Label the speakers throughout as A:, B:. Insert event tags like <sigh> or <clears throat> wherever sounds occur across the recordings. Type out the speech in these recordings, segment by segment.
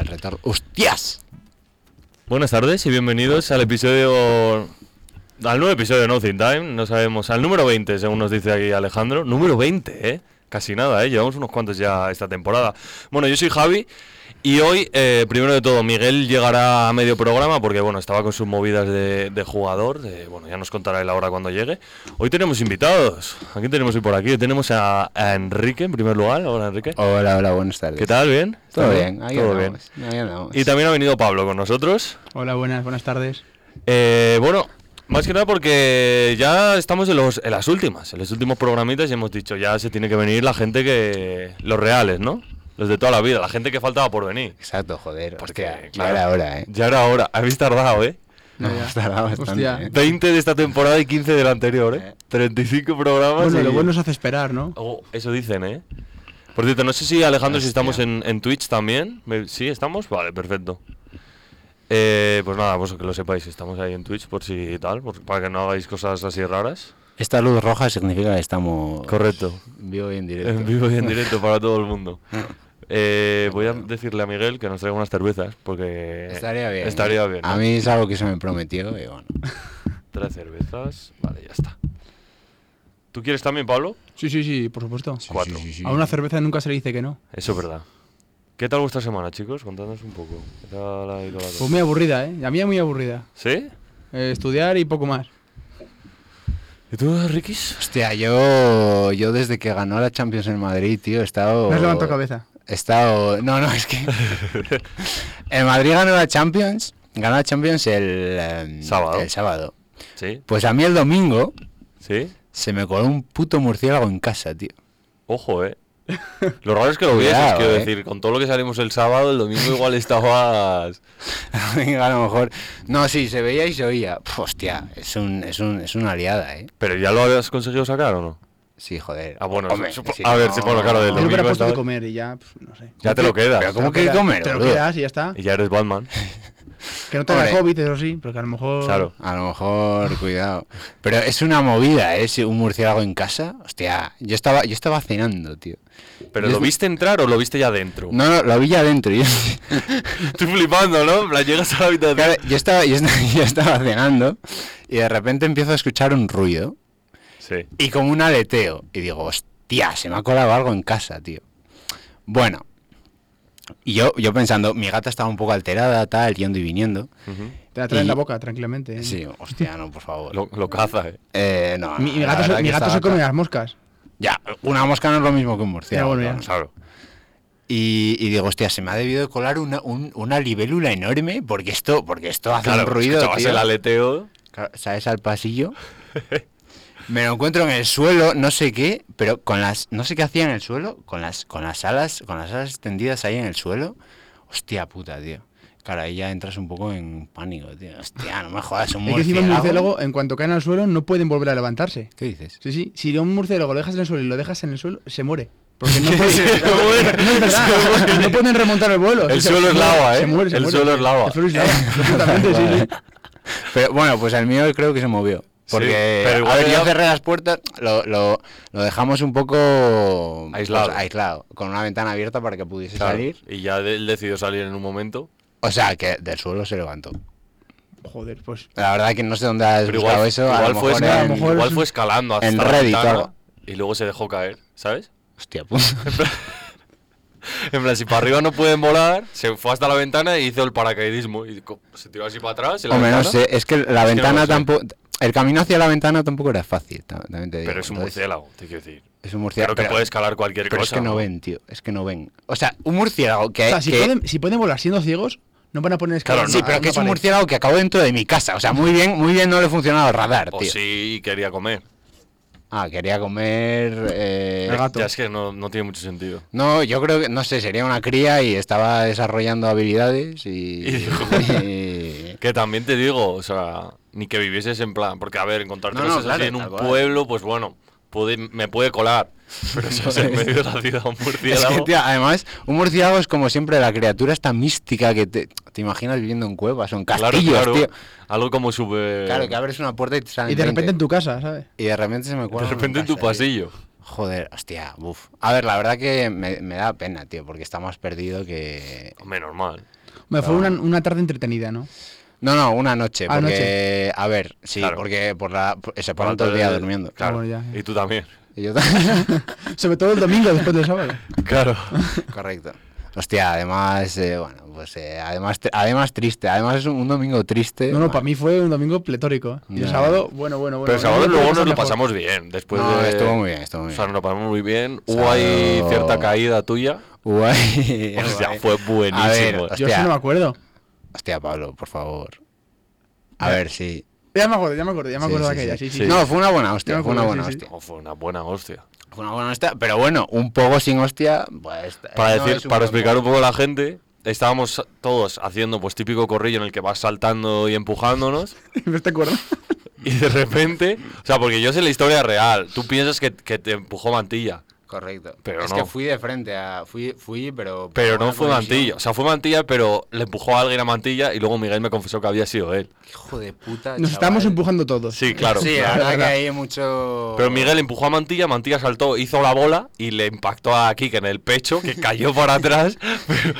A: el retorno. ¡Hostias!
B: Buenas tardes y bienvenidos al episodio. Al nuevo episodio de Nothing Time, no sabemos. Al número 20, según nos dice aquí Alejandro. Número 20, ¿eh? Casi nada, ¿eh? Llevamos unos cuantos ya esta temporada. Bueno, yo soy Javi y hoy, eh, primero de todo, Miguel llegará a medio programa porque, bueno, estaba con sus movidas de, de jugador. de- bueno, ya nos contará él ahora cuando llegue. Hoy tenemos invitados. Aquí tenemos hoy por aquí. Tenemos a, a Enrique, en primer lugar. Hola, Enrique.
A: Hola, hola, buenas tardes.
B: ¿Qué tal? ¿Bien?
A: Todo
B: ¿Está
A: bien, ahí
B: Todo bien.
A: andamos. ahí andamos.
B: Y también ha venido Pablo con nosotros.
C: Hola, buenas, buenas tardes.
B: Eh, bueno, más que nada porque ya estamos en, los, en las últimas, en los últimos programitas y hemos dicho ya se tiene que venir la gente que... Los reales, ¿no? Los de toda la vida, la gente que faltaba por venir.
A: Exacto, joder.
B: Porque,
A: hostia, ya
B: Pues claro,
A: era hora, eh.
B: Ya era hora, habéis tardado, ¿eh?
C: No,
A: No,
C: ya.
A: hemos tardado bastante,
C: Hostia.
A: eh.
B: 20 de esta temporada y 15 de la anterior, ¿eh? 35 programas.
C: Bueno,
B: y-
C: lo bueno es hace esperar, ¿no?
B: Oh, eso dicen, ¿eh? Por cierto, no sé si Alejandro, si
A: Hostia.
B: estamos en, en Twitch también. Me- ¿Sí estamos? Vale, perfecto. Eh, pues nada, pues que lo sepáis, estamos ahí en Twitch por si tal, por- para que no hagáis cosas así raras.
D: Esta luz roja significa que estamos.
B: Correcto.
A: En vivo y en directo.
B: <laughs> En vivo y en directo para todo el mundo. <laughs> Eh, voy a decirle a Miguel que nos traiga unas cervezas, porque...
A: Estaría bien. ¿eh?
B: Estaría bien.
A: A
B: ¿no?
A: mí es algo que se me prometió y
B: <laughs>
A: bueno.
B: Tres cervezas. Vale, ya está. ¿Tú quieres también, Pablo?
C: Sí, sí, sí, por supuesto.
B: Cuatro.
C: A una cerveza nunca se le dice que no.
B: Eso es verdad. ¿Qué tal vuestra semana, chicos? Contadnos un poco. ¿Qué tal ha ido la cosa?
C: Pues muy aburrida, ¿eh? La mía muy aburrida.
B: ¿Sí?
C: Eh, estudiar y poco más.
B: ¿Y tú, Rikis?
A: Hostia, yo, yo desde que ganó la Champions en Madrid, tío, he estado...
C: No has levantado cabeza.
A: He estado... No, no, es
B: <laughs>
A: que... el Madrid ganó la Champions. Ganó la Champions el... em,
B: Sábado.
A: El sábado.
B: ¿Sí?
A: Pues a mí el domingo
B: ¿Sí?
A: se me coló un puto murciélago en casa, tío. <laughs>
B: Ojo, eh. Lo raro es que lo vieses,
A: Cuidado,
B: quiero
A: eh.
B: decir. Con todo lo que salimos el sábado, el domingo
A: <laughs>
B: igual estabas...
A: Venga, a lo mejor... No, sí, se veía y se oía. Pf, hostia, es, un, es, un, es una aliada, ¿eh?
B: ¿Pero ya lo habías conseguido sacar o no?
A: Sí, joder.
B: Ah, bueno,
A: Hombre,
B: supo-
A: sí,
B: a ver,
A: no,
B: sí, por la cara del
A: no,
B: domingo
C: Yo me hubiera puesto
B: estaba-
C: de comer y ya, pf, no sé.
B: Ya te lo quedas.
A: Pero ¿cómo
C: Te
A: que
C: lo quedas-
A: comer,
C: Te lo
A: boludo?
C: quedas y ya está.
B: Y ya eres Batman.
C: Que no te haga
A: Hombre.
C: COVID, eso sí, pero que a lo mejor...
B: Claro.
A: A lo mejor, cuidado. Pero es una movida, ¿eh? Si un murciélago en casa. Hostia, yo estaba, yo estaba cenando, tío.
B: ¿Pero lo viste entrar o lo viste ya dentro? <laughs>
A: No, no, lo vi ya adentro. <laughs> Yo,
B: Estoy flipando, ¿no? En plan, llegas a la habitación.
A: Claro, yo estaba, yo, estaba, yo estaba cenando y de repente empiezo a escuchar un ruido
B: Sí.
A: y como un aleteo. Y digo, hostia, se me ha colado algo en casa, tío. Bueno, y yo, yo pensando, mi gata estaba un poco alterada, tal, yendo y viniendo.
C: Te la traen en la
A: Y-
C: boca, tranquilamente. ¿eh?
A: Sí, hostia, no, por favor.
B: lo, lo caza, ¿eh?
A: Eh, no,
C: Mi, mi
A: la
C: gato,
A: verdad
C: se, mi
A: que
C: gato
A: esta
C: se come
A: gata-
C: las moscas.
A: Ya, una mosca no es lo mismo que un murciélago.
C: Ya, bueno, ya.
A: ¿no?
B: Claro.
A: Y, y digo, hostia, se me ha debido de colar una, un- una libélula enorme porque esto, porque esto hace
B: Claro,
A: un ruido.
B: escuchabas
A: tío.
B: el aleteo.
A: Claro, Sales al
B: <laughs>
A: pasillo. Me lo encuentro en el suelo, no sé qué, pero con las. No sé qué hacía en el suelo, con las, con las alas, con las alas extendidas ahí en el suelo. Hostia puta, tío. Claro, ahí ya entras un poco en pánico, tío. Hostia, no me jodas, un
C: <laughs> Es que encima un
A: murciélago.
C: murciélago, en cuanto caen al suelo, no pueden volver a levantarse.
A: ¿Qué dices?
C: Sí, sí. Si a un murciélago lo dejas en el suelo y lo dejas en el suelo, se muere. Porque no
B: <laughs>
C: puede.
B: Se
C: no,
B: muere.
C: no es verdad.
B: Se muere.
C: No pueden remontar el vuelo.
B: El
C: Sí, se-
B: suelo es
C: se
B: lava,
C: muere,
B: ¿eh?
C: Se muere, se
B: El
C: muere.
B: suelo es lava.
C: El
B: <laughs>
C: suelo es lava. Completamente, sí, sí.
A: <laughs> Pero bueno, pues el mío creo que se movió. Porque
B: Sí, pero
A: a
B: igual
A: ver, yo
B: era-
A: cerré las puertas, lo, lo- lo dejamos un poco pues,
B: Aislado.
A: aislado, con una ventana abierta para que pudiese
B: Claro.
A: salir.
B: Y ya de- él decidió salir en un momento.
A: O sea, que del suelo se levantó.
C: <laughs> Joder, pues.
A: La verdad que no sé dónde has
B: Pero
A: buscado
B: igual,
A: eso. a
B: igual,
A: lo
B: fue,
A: mejor
B: esca-
C: a
A: en-
C: lo mejor-
B: igual fue escalando hasta
A: en
B: la
A: Reddit o
B: ventana
A: algo.
B: y luego se dejó caer, ¿sabes?
A: Hostia, puta.
B: <laughs> En plan, si para arriba no pueden volar, se fue hasta la ventana y hizo el paracaidismo. Y co- se tiró así para atrás. en la
A: Hombre, no
B: ventana.
A: sé, es que la
B: no
A: ventana
B: lo sé.
A: tampoco... El camino hacia la ventana tampoco era fácil, ta- también te digo.
B: Pero es un
A: Entonces,
B: murciélago, te quiero decir.
A: Es un
B: Claro
A: murciélago.
B: que
A: pero-
B: puede escalar cualquier
A: Pero es
B: cosa.
A: que no ven, tío. Es que no ven. O sea, un murciélago que...
C: O sea, si
A: que-
C: pueden, si pueden volar siendo ciegos, no van a poner escalera
B: Eh, Claro,
C: a
A: Sí,
C: una- a
A: pero que
C: una
A: es un
C: pared.
A: murciélago que acabó dentro de mi casa. O sea, muy bien, muy bien no le funcionaba el radar, tío.
B: O Pues sí quería comer.
A: Ah, quería comer. eh,
C: El gato.
B: Ya es que no, no tiene mucho sentido.
A: No, yo creo que, no sé, sería una cría y estaba desarrollando habilidades y.
B: <laughs> Y dijo-
A: y-
B: Que también te digo, o sea, ni que vivieses en plan. Porque, a ver, encontrarte
A: No, no,
B: cosas
A: claro,
B: así en un
A: tal cual.
B: pueblo, pues bueno, puede- me puede colar. Pero eso es
A: <laughs>
B: en medio de la ciudad un
A: Es
B: murciélago.
A: que, tío, además, un murciélago es como siempre la criatura esta mística que te, te imaginas viviendo en cuevas o en
B: Claro,
A: castillos,
B: claro. Eh.
A: tío.
B: Algo como sube.
A: Claro, que abres una puerta y te salen
C: Y de
A: 20.
C: repente en tu casa, ¿sabes?
A: Y de repente se me
B: De
A: cuela uno
B: repente en tu
A: casa, tío.
B: pasillo.
A: Joder, hostia, buf. A ver, la verdad que me, me da pena, tío, porque está más perdido que.
B: Hombre, normal.
C: Me
B: Ah.
C: fue una, una tarde entretenida, ¿no?
A: No, no, una noche.
C: Ah,
A: Porque, a ver, sí,
B: Claro.
A: porque por la por- se
B: Por
A: ponen
B: la
A: todo el día
B: tarde-
A: durmiendo.
B: Claro.
C: Ah, bueno, ya, ya.
B: Y tú también.
A: Y yo también. <laughs>
C: Sobre todo el domingo después del sábado. <laughs>
B: Claro.
A: Correcto. Hostia, además, eh, bueno, pues eh, además, tr- además triste, además es un, un domingo triste.
C: No, no,
A: Bueno,
C: para mí fue un domingo pletórico. ¿eh? Y el
A: Ya.
C: sábado, bueno, bueno, bueno.
B: Pero el sábado
C: No, no,
B: luego
C: no,
B: nos lo
C: mejor.
B: pasamos bien. Después
A: no,
B: Pues de.
A: estuvo muy bien, estuvo
B: O
A: muy
B: sea,
A: bien.
B: nos lo pasamos muy bien. Hubo
A: Sábado-
B: ahí cierta caída tuya. <laughs>
A: Guay,
B: O sea,
A: guay.
B: fue
A: eh, A ver,
B: buenísimo.
C: Yo eso
A: Hostia.
C: no me acuerdo.
A: Hostia, Pablo, por favor. A
C: Ya.
A: ver, sí.
C: Ya me acuerdo, ya me acuerdo, ya me
A: Sí,
C: acuerdo
A: sí,
C: de aquella. Sí, sí.
B: Sí.
A: No, fue una buena
C: Yo
A: hostia,
C: me
A: fue una
C: acuerdo,
A: buena
C: sí, sí.
A: hostia.
B: Oh, fue una buena hostia.
A: Fue una buena hostia, pero bueno, un poco sin hostia, pues.
B: Para,
A: no es
B: decir,
A: un
B: para
A: buen
B: explicar un
A: poco.
B: poco a la gente, estábamos todos haciendo pues típico corrillo en el que vas saltando y empujándonos.
C: <laughs> ¿No te acuerdas?
B: Y de repente, o sea, porque yo sé la historia real. Tú piensas que, que te empujó Mantilla,
A: Correcto.
B: Pero
A: es
B: no.
A: que fui de frente a. Fui, fui pero.
B: pero
A: por
B: no
A: una
B: fue
A: colisión.
B: Mantilla. O sea, fue Mantilla, pero le empujó a alguien a Mantilla y luego Miguel me confesó que había sido él.
A: Hijo de puta.
C: Nos
A: Ah,
C: estábamos
A: chaval.
C: empujando todos.
B: Sí, claro.
A: Sí, la
C: Claro,
A: verdad que
C: claro.
A: hay mucho.
B: Pero Miguel empujó a Mantilla, Mantilla saltó, hizo la bola y le impactó a Kike en el
A: <laughs>
B: pecho, que cayó para atrás. Pero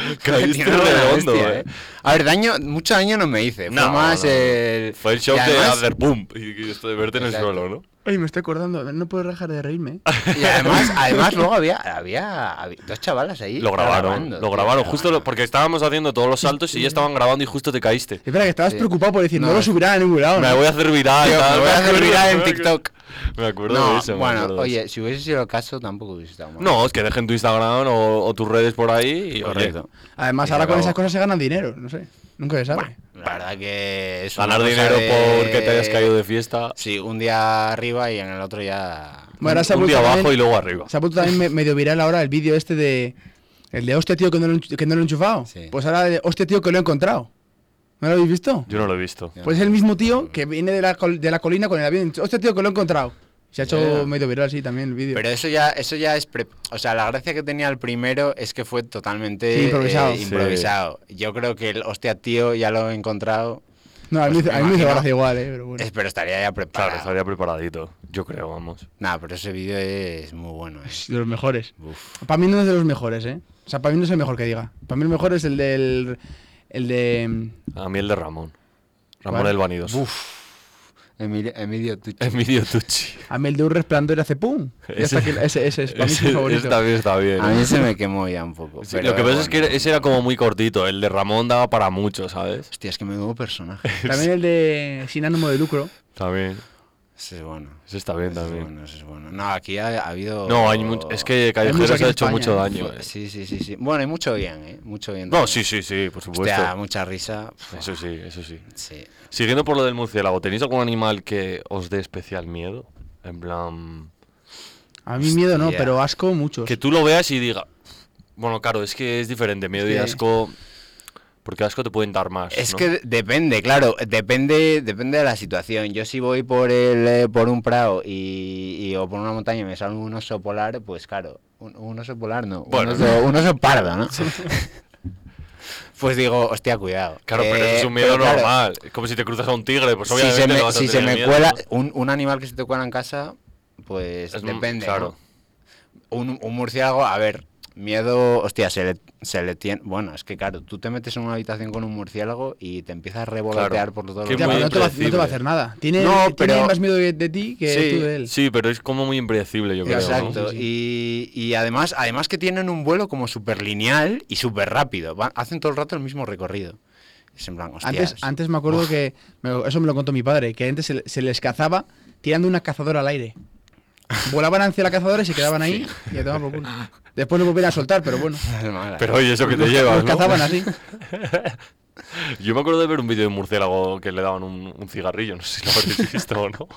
A: <laughs>
B: caíste
A: Tiene una buena
B: redondo,
A: bestia,
B: eh.
A: eh. A ver, daño, mucho daño no me hice. Fue
B: No,
A: más
B: no.
A: el.
B: Fue el shock
A: eh. y
B: de
A: además-
B: hacer pum y, y esto de verte en el
A: Exacto.
B: suelo, ¿no?
C: Ay, me estoy acordando, no puedo dejar de reírme.
B: Ah.
A: Y además, además luego había, había, había dos chavalas ahí.
B: Lo grabaron,
A: grabando,
B: lo
A: tío,
B: grabaron, justo lo- porque estábamos haciendo todos los saltos y ya estaban grabando y justo te caíste.
C: Espera, que estabas
A: Sí.
C: preocupado por decir, no,
A: No,
C: lo
A: es-
C: subirán a ningún lado.
B: Me
C: ¿no?
B: voy a hacer viral,
A: Tío,
B: tal,
A: me voy a
B: <laughs> me
A: hacer
B: acuerdo,
A: viral en
B: me acuerdo.
A: TikTok.
B: Me acuerdo de
A: No,
B: eso. me
A: bueno,
B: acuerdo de eso.
A: oye, si hubiese sido el caso, tampoco hubiese estado mal.
B: No, es que dejen tu Instagram o, o tus redes por ahí y oye,
A: correcto.
C: Además,
B: Y
C: ahora con
B: acabó.
C: esas cosas se ganan dinero, no sé. Nunca se sabe.
A: La verdad que es.
B: ganar
A: una cosa
B: dinero
A: de-
B: porque te hayas caído de fiesta.
A: Sí, un día arriba y en el otro ya.
C: Bueno, ahora se ha
B: un día
C: puesto
B: abajo
C: también-
B: y luego arriba.
C: Se ha puesto también me- medio viral ahora el vídeo este de. El de hostia, tío, que no lo, he enchu- que no lo he enchufado.
A: Sí.
C: Pues ahora, de, hostia, tío, que lo he encontrado. ¿No lo habéis visto?
B: Yo no lo he visto.
A: Ya.
C: Pues es el mismo tío que viene de la, col- de la colina con el avión. Hostia, tío, que lo he encontrado. Se ha hecho
A: Yeah.
C: medio viral, sí, también el vídeo.
A: Pero eso ya, eso ya es. pre- O sea, la gracia que tenía el primero es que fue totalmente
C: Sí, improvisado.
A: eh,
B: Sí.
A: improvisado. Yo creo que el hostia tío ya lo he encontrado.
C: No, a mí,
A: pues
C: me hizo-
A: me
C: a mí me hizo
A: imagino.
C: gracia igual, eh, pero bueno.
A: es- pero estaría ya
B: Claro,
A: preparado.
C: Ah.
B: estaría preparadito. Yo creo, vamos.
A: Nah, pero ese vídeo es muy bueno. eh.
C: De los mejores.
A: Uf.
C: Para mí no es de los mejores, eh. O sea, para mí no es el mejor que diga. Para mí el mejor es el del. El de. mm,
B: A mí el de Ramón. Ramón
C: ¿Cuál?
B: el Vanidos.
A: Emilio, Emilio Tucci.
B: <laughs> Emilio Tucci.
C: A mí el de un resplandor hace pum. Y hasta
B: Ese-
C: que- Ese, ese es para mí es mi
B: Ese-
C: favorito.
B: ese también está bien. ¿eh?
A: A mí se me quemó ya un poco.
B: Sí,
A: pero
B: lo que pasa es
A: bueno.
B: que ese era como muy cortito. El de Ramón daba para mucho, ¿sabes?
A: Hostia, es que me nuevo
B: <laughs>
A: personaje.
C: También el de Sin ánimo de lucro.
B: También.
A: Ese es bueno.
B: Ese está bien
A: Ese es
B: también.
A: bueno, ese es bueno. No, aquí ha, ha habido.
B: No, hay mucho- es que
C: mucho
B: Callejeros
C: aquí
B: ha
C: en
B: hecho
C: España,
B: mucho
C: ¿eh?
B: daño. eh.
A: Sí, sí, sí, sí. Bueno, hay mucho bien, ¿eh? Mucho bien.
B: No,
A: también.
B: sí, sí, sí, por supuesto.
A: Hostia, mucha risa. Pf,
B: Eso sí, eso sí.
A: Sí.
B: Siguiendo por lo del murciélago, ¿tenéis algún animal que os dé especial miedo? En plan.
C: A mí miedo no,
A: Hostia.
C: pero asco muchos.
B: Que tú lo veas y diga. Bueno, claro, es que es diferente. Miedo y
C: Sí.
B: asco. Porque asco te pueden dar más.
A: Es
B: ¿no?
A: que depende, claro, depende, depende de la situación. Yo si voy por el, eh, por un prado y, y- o por una montaña y me sale un oso polar, pues claro, un, un oso polar no,
B: Bueno,
A: un, oso, un oso pardo, ¿no? <laughs> pues digo, hostia, cuidado.
B: Claro, pero eso es
A: Eh,
B: un miedo
A: pero claro,
B: normal. Es como si te cruzas a un tigre, pues
A: si
B: obviamente
A: se me,
B: le vas a
A: si se
B: tener
A: me
B: miedo,
A: cuela
B: ¿no?
A: un, un animal que se te cuela en casa, pues
B: Es-
A: depende. ¿no?
B: Claro.
A: Un, un murciélago, a ver, miedo, hostia, se le, se le tiene. Bueno, es que claro, tú te metes en una habitación con un murciélago y te empiezas a revolotear
B: Claro.
A: por todos
B: Qué
A: los
C: Ya,
B: muy
C: pero no te, va, no te va
B: impredecible.
C: a hacer nada. Tiene,
A: No,
C: tiene
A: pero-
C: más miedo de, de ti que
A: Sí,
C: tú de él.
B: Sí, pero es como muy impredecible, yo creo. ¿no?
A: Exacto,
C: Sí,
A: y, y además, además que tienen un vuelo como súper lineal y súper rápido, Van- hacen todo el rato el mismo recorrido. Es en plan, hostias.
C: Antes, antes me acuerdo que. me- eso me lo contó mi padre, que antes se, le- se les cazaba tirando una cazadora al aire. Volaban hacia la cazadora y se quedaban ahí y a tomar por culo. Después lo volvían a soltar, pero bueno.
A: <laughs>
B: Pero oye, eso que te
C: los-
B: llevas.
C: los
B: ¿no?
C: cazaban
B: <laughs>
C: así. <laughs>
B: Yo me acuerdo de ver un vídeo de un murciélago que le daban un, un cigarrillo, no sé si lo habréis visto
A: <laughs>
B: o no.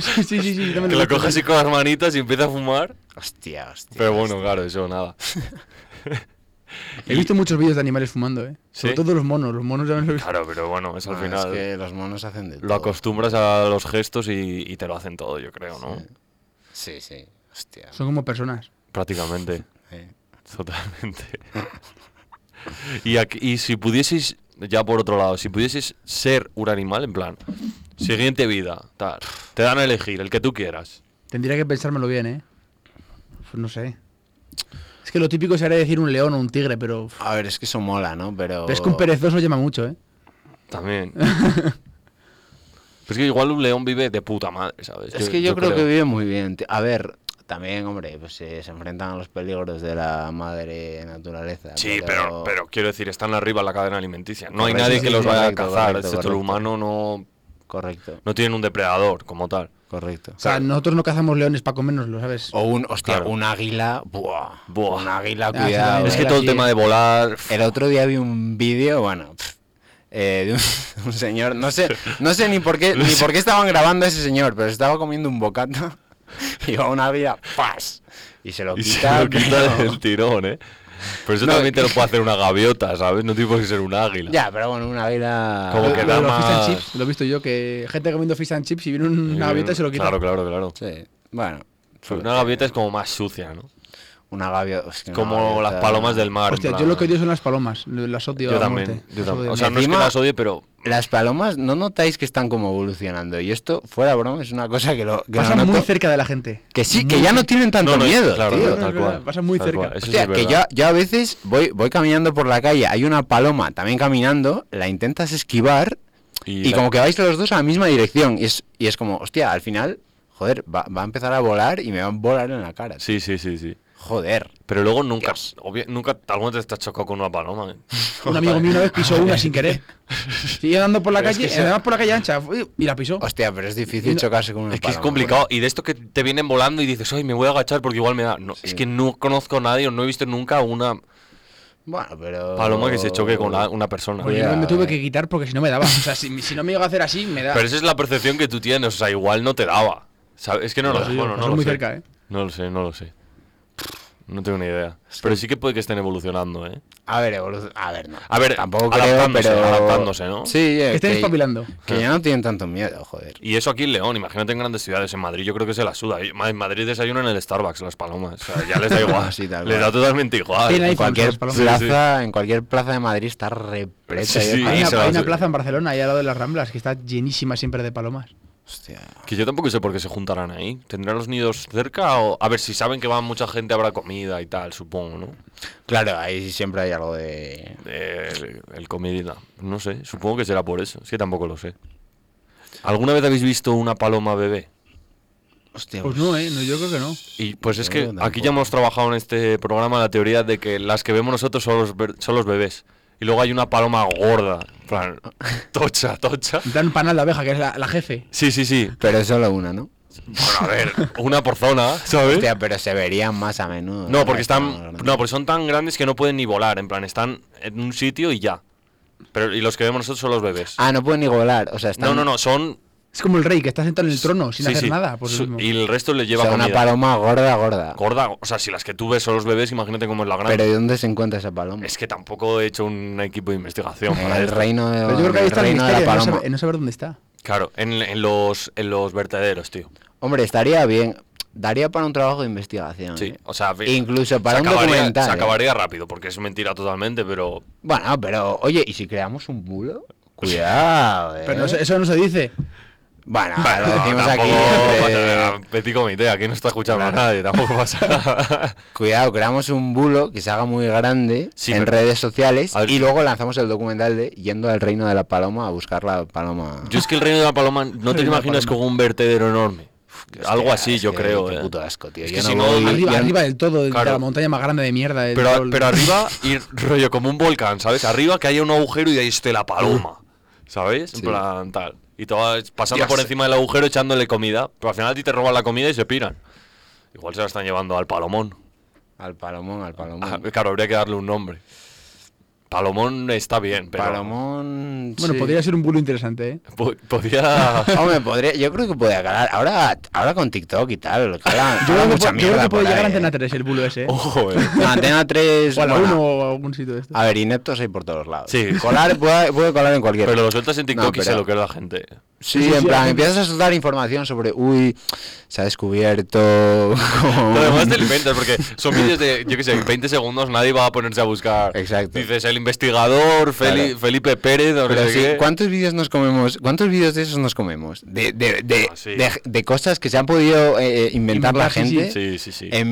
C: sí, sí, sí, sí, también
B: Que
C: lo
B: lo
C: recuerdo.
B: coge así con las manitas y empieza a fumar.
A: Hostia, hostia.
B: Pero bueno, claro, eso nada.
C: He visto muchos vídeos de animales fumando, ¿eh? Sobre
B: ¿Sí?
C: todo los monos. Los monos también lo he visto.
B: Claro, pero bueno, eso al
A: No,
B: final.
A: Ah, Es que los monos hacen de
B: Lo
A: todo.
B: acostumbras a los gestos y, y te lo hacen todo, yo creo, ¿no?
A: Sí, sí. Hostia.
C: Son como personas.
B: Prácticamente. <laughs>
A: eh.
B: Totalmente. y, aquí- y si pudieseis, ya por otro lado, si pudieseis ser un animal, en plan, siguiente vida, tal, te dan a elegir, el que tú quieras.
C: Tendría que pensármelo bien, ¿eh? Pues no sé. Es que lo típico sería decir un león o un tigre, pero. uf,
A: A ver, es que eso mola, ¿no?
B: Oh.
A: Pero.
C: pero es que un perezoso llama mucho, ¿eh?
A: <laughs>
B: También. Pero es que igual un león vive de puta madre, ¿sabes?
A: Es que yo, creo, que vive muy bien. tío. A ver, también, hombre, pues eh, se enfrentan a los peligros de la madre naturaleza.
B: Sí, pero, pero quiero decir, están arriba en la cadena alimenticia. No hay
A: Correcto,
B: nadie que
A: sí,
B: los
A: sí,
B: vaya a
A: correcto,
B: cazar.
A: correcto,
B: Excepto el
A: correcto.
B: humano no,
A: Correcto,
B: no tienen un depredador como tal.
A: correcto.
C: O sea, nosotros no cazamos leones para comérnoslo,
B: Oh,
C: ¿sabes?
A: O un, hostia,
B: Claro.
A: un águila. Buah,
B: Buah.
A: Un águila,
C: Ah, sí, Eh,
A: cuidado.
C: también
B: Es
A: eh.
B: que
C: era
B: todo el
C: así.
B: tema de volar.
A: El otro día vi un vídeo, bueno, pf, eh, de un, <laughs> un señor, no sé, no sé ni por qué, ni por qué estaban grabando a ese señor, pero estaba comiendo un bocato <laughs> y va una vida, ¡pas! Y se lo
B: Y
A: quita.
B: se lo quita
A: pero-
B: del tirón, ¿eh? Pero eso
A: No,
B: también
C: eh,
B: te lo puede hacer una gaviota, ¿sabes? No tiene por qué ser un águila.
A: Ya, pero bueno, una águila.
B: Como
C: Lo-
B: que
C: lo,
B: da
C: de los fish and
B: más- Mm,
C: chips, lo he visto yo, que gente comiendo fish and chips y viene una gaviota y se lo quita.
B: Claro, claro, claro.
A: Sí, bueno.
B: Una gaviota es como más sucia, ¿no?
A: Una gaviota. es que una
B: Como las
A: gaviota-
B: palomas del mar. en
C: Hostia,
B: plan-
C: yo lo que odio son las palomas, lo- las odio
B: Yo
C: a
B: también,
C: muerte.
B: yo
C: Las
B: también.
C: odio.
B: O sea, no es que
A: Encima-
B: las odie, pero
A: Las palomas, ¿no notáis que están como evolucionando? Y esto, fuera broma, es una cosa que lo. Que lo
C: Pasan
A: noto-
C: muy cerca de la gente.
A: Que sí, que
C: Muy
A: ya no tienen tanto
B: No, no,
A: miedo,
B: claro,
A: tío.
C: no,
B: tal
C: es verdad,
B: cual.
C: pasa muy
B: tal
C: cerca.
B: cual, eso
A: O
B: sí
A: sea,
B: es
A: que
B: verdad.
A: yo, yo a veces voy, voy caminando por la calle, hay una paloma también caminando, la intentas esquivar y,
B: la-
A: como que vais los dos a la misma dirección. Y es, y es como, hostia, al final, joder, va, va a empezar a volar y me va a volar en la cara.
B: Sí, sí, sí, sí.
A: Joder.
B: Pero luego nunca, obvia- nunca alguna te estás chocado con una paloma. ¿eh?
C: Un amigo mío una vez pisó una sin querer. Sigue andando por la
B: Pero es
C: calle,
B: que se-
C: además por la calle ancha, fui, y la pisó.
A: Hostia, pero es difícil
C: Y no-
A: chocarse con una
B: Es que es
A: paloma.
B: complicado. Y de esto que te vienen volando y dices, ay, me voy a agachar porque igual me da. No, Es que no conozco a nadie o no he visto nunca una
A: Bueno, pero...
B: paloma que se choque con la- una persona.
A: Oye,
C: Pues Yo
A: ya,
C: me tuve
A: eh.
C: que quitar porque si no me daba. O sea, si, si no me iba a hacer así, me da.
B: Pero esa es la percepción que tú tienes. O sea, igual no te daba. ¿Sabes? Es que no, lo,
C: Pasó yo,
B: bueno, no
C: pasó
B: lo
C: muy
B: sé.
C: cerca, ¿eh?
B: No lo sé, no lo sé. No tengo ni idea. Pero sí que puede que estén evolucionando, ¿eh?
A: A ver, evolu- a ver, no.
B: A ver,
A: tampoco creo,
B: adaptándose,
A: pero...
B: adaptándose, ¿no?
A: Sí, eh,
C: Que estén espabilando.
A: que ya no tienen tanto miedo, joder.
B: Y eso aquí en León, imagínate en grandes ciudades. En Madrid yo creo que se la suda. Y- ma- En Madrid desayunan en el Starbucks las palomas. O sea, ya
A: <laughs>
B: les da igual.
A: Sí, tal
B: les da
A: cual.
B: totalmente igual.
C: Tienen ahí
A: En cualquier,
C: las palomas.
B: Sí, sí.
A: plaza, en cualquier plaza de Madrid está repleta.
B: Sí,
A: de
B: sí.
A: palomas.
C: Hay
B: se va
C: una,
B: a
C: hay una
B: subir.
C: plaza en Barcelona, ahí al lado de las Ramblas, que está llenísima siempre de palomas.
A: Hostia.
B: Que yo tampoco sé por qué se juntarán ahí. ¿Tendrán los nidos cerca o...? A ver, si saben que va mucha gente habrá comida y tal, supongo, ¿no?
A: Claro, ahí siempre hay algo de...
B: Eh, el comidita. No sé, supongo que será por eso. Es que tampoco lo sé. ¿Alguna vez habéis visto una paloma bebé?
A: Hostia,
C: Pues no, ¿eh? No, yo creo que no.
B: Y pues es
A: Yo
B: que
A: tampoco.
B: aquí ya hemos trabajado en este programa la teoría de que las que vemos nosotros son los, be- son los bebés. Y luego hay una paloma gorda, en plan, tocha, tocha.
C: Dan panal de abeja, que es la, la jefe.
B: Sí, sí,
C: ¿eh?
B: sí.
A: Pero es solo una, ¿no?
B: Bueno, a ver, una por zona, ¿sabes?
A: Hostia, pero se verían más a menudo.
B: ¿Eh? No, porque
A: Están
B: están.
A: grandes.
B: No, porque son tan grandes que no pueden ni volar. En plan, están en un sitio y ya. Pero, y los que vemos nosotros son los bebés.
A: Ah, no pueden ni volar. O sea, están...
B: No, no, no, son.
C: Es como el rey, que está sentado en el trono sin
B: sí,
C: hacer
B: sí.
C: nada. Pues
B: Su-
C: lo mismo.
B: Y el resto le
A: O
B: lleva
A: sea, una
B: comida.
A: paloma gorda, gorda.
B: Gorda, o sea, si las que tú ves son los bebés, imagínate cómo es la grande.
A: Pero ¿de dónde se encuentra esa paloma?
B: Es que tampoco he hecho un equipo de investigación.
A: En
B: para
A: el
B: esto.
A: reino de,
C: Pero yo creo que ahí
A: el
C: está el
A: reino de la
C: misterio de no
A: paloma.
C: saber, no saber dónde está.
B: Claro, en, en los, en los vertederos, tío.
A: Hombre, estaría bien. Daría para un trabajo de investigación.
B: Sí,
A: ¿eh?
B: o sea, ve-
A: Incluso para
B: se
A: un
B: acabaría,
A: documental.
B: Se
A: ¿eh?
B: acabaría rápido, porque es mentira totalmente, pero.
A: Bueno, pero oye, ¿y si creamos un
B: <laughs>
A: bulo?
B: Pues
A: Cuidado, ¿eh?
C: Pero no se- eso no se dice.
A: Bueno,
B: Bueno,
A: lo decimos
B: tampoco
A: aquí. entre-
B: pasa- Petit comité, aquí no está escuchando a nadie,
A: <laughs>
B: tampoco pasa nada.
A: Cuidado, creamos un bulo que se haga muy grande
B: Sí,
A: en
B: pero-
A: redes sociales
B: A ver-
A: y luego lanzamos el documental de Yendo al Reino de la Paloma a buscar la paloma.
B: Yo es que el reino de la paloma, no te
C: Reino de la
B: imaginas
C: paloma.
B: como un vertedero enorme. Algo
A: Hostia,
B: así,
A: es
B: yo
A: que
B: creo.
A: Qué
B: eh.
A: puto asco, tío.
B: Es
A: Yo
B: que
A: no
B: si no,
A: voy-
C: Arriba,
A: yo-
C: arriba del todo, de
B: Claro.
C: la montaña más grande de mierda. del
B: Pero,
C: todo el-
B: pero arriba, y rollo como un volcán, ¿sabes? Arriba que haya un agujero y ahí esté la paloma, ¿sabes? En plan tal. Y te vas pasando
A: Ya
B: por
A: sé.
B: encima del agujero echándole comida. Pero al final a ti te roban la comida y se piran. Igual se la están llevando al palomón.
A: Al palomón, al
B: Ah,
A: palomón.
B: claro, habría que darle un nombre. Palomón está bien, pero.
A: Palomón.
C: Bueno,
A: sí.
C: podría ser un bulo interesante, ¿eh?
B: po-
C: <laughs>
B: podría.
A: Hombre, podría, yo creo que puede calar. Ahora, ahora con TikTok y tal, calan, calan
C: Yo creo que,
A: mucha
C: puede- yo creo
A: mierda
C: que puede
A: por
C: llegar
A: ahí,
C: a Antena
A: eh.
C: 3 el bulo ese, ¿eh?
B: Ojo, eh.
C: <laughs>
A: Antena 3.
C: O a la
A: bueno,
C: 1 o a algún sitio de estos.
A: Ah, A ver, ineptos hay por todos lados.
B: Sí.
A: Colar, puede, puede colar en cualquier.
B: Pero lo sueltas en
A: No,
B: TikTok y se
A: pero-
B: lo queda la gente.
A: Sí,
C: Sí, sí,
A: en plan,
C: sí.
A: empiezas a soltar información sobre, uy, se ha descubierto. <laughs> como
B: Pero además
A: un-
B: te lo inventas, porque son vídeos de, yo qué sé, 20 segundos, nadie va a ponerse a buscar.
A: Exacto.
B: Dices, el investigador, Feli-
A: Claro.
B: Felipe Pérez, o no
A: Pero
B: sé
A: sí,
B: qué.
A: ¿cuántos vídeos nos comemos? ¿Cuántos vídeos de esos nos comemos? De, de, de,
B: Ah, sí.
A: de- de cosas que se han podido eh, eh, inventar la
C: Inventar, sí, sí.
A: gente.
B: Sí, sí, sí.
A: En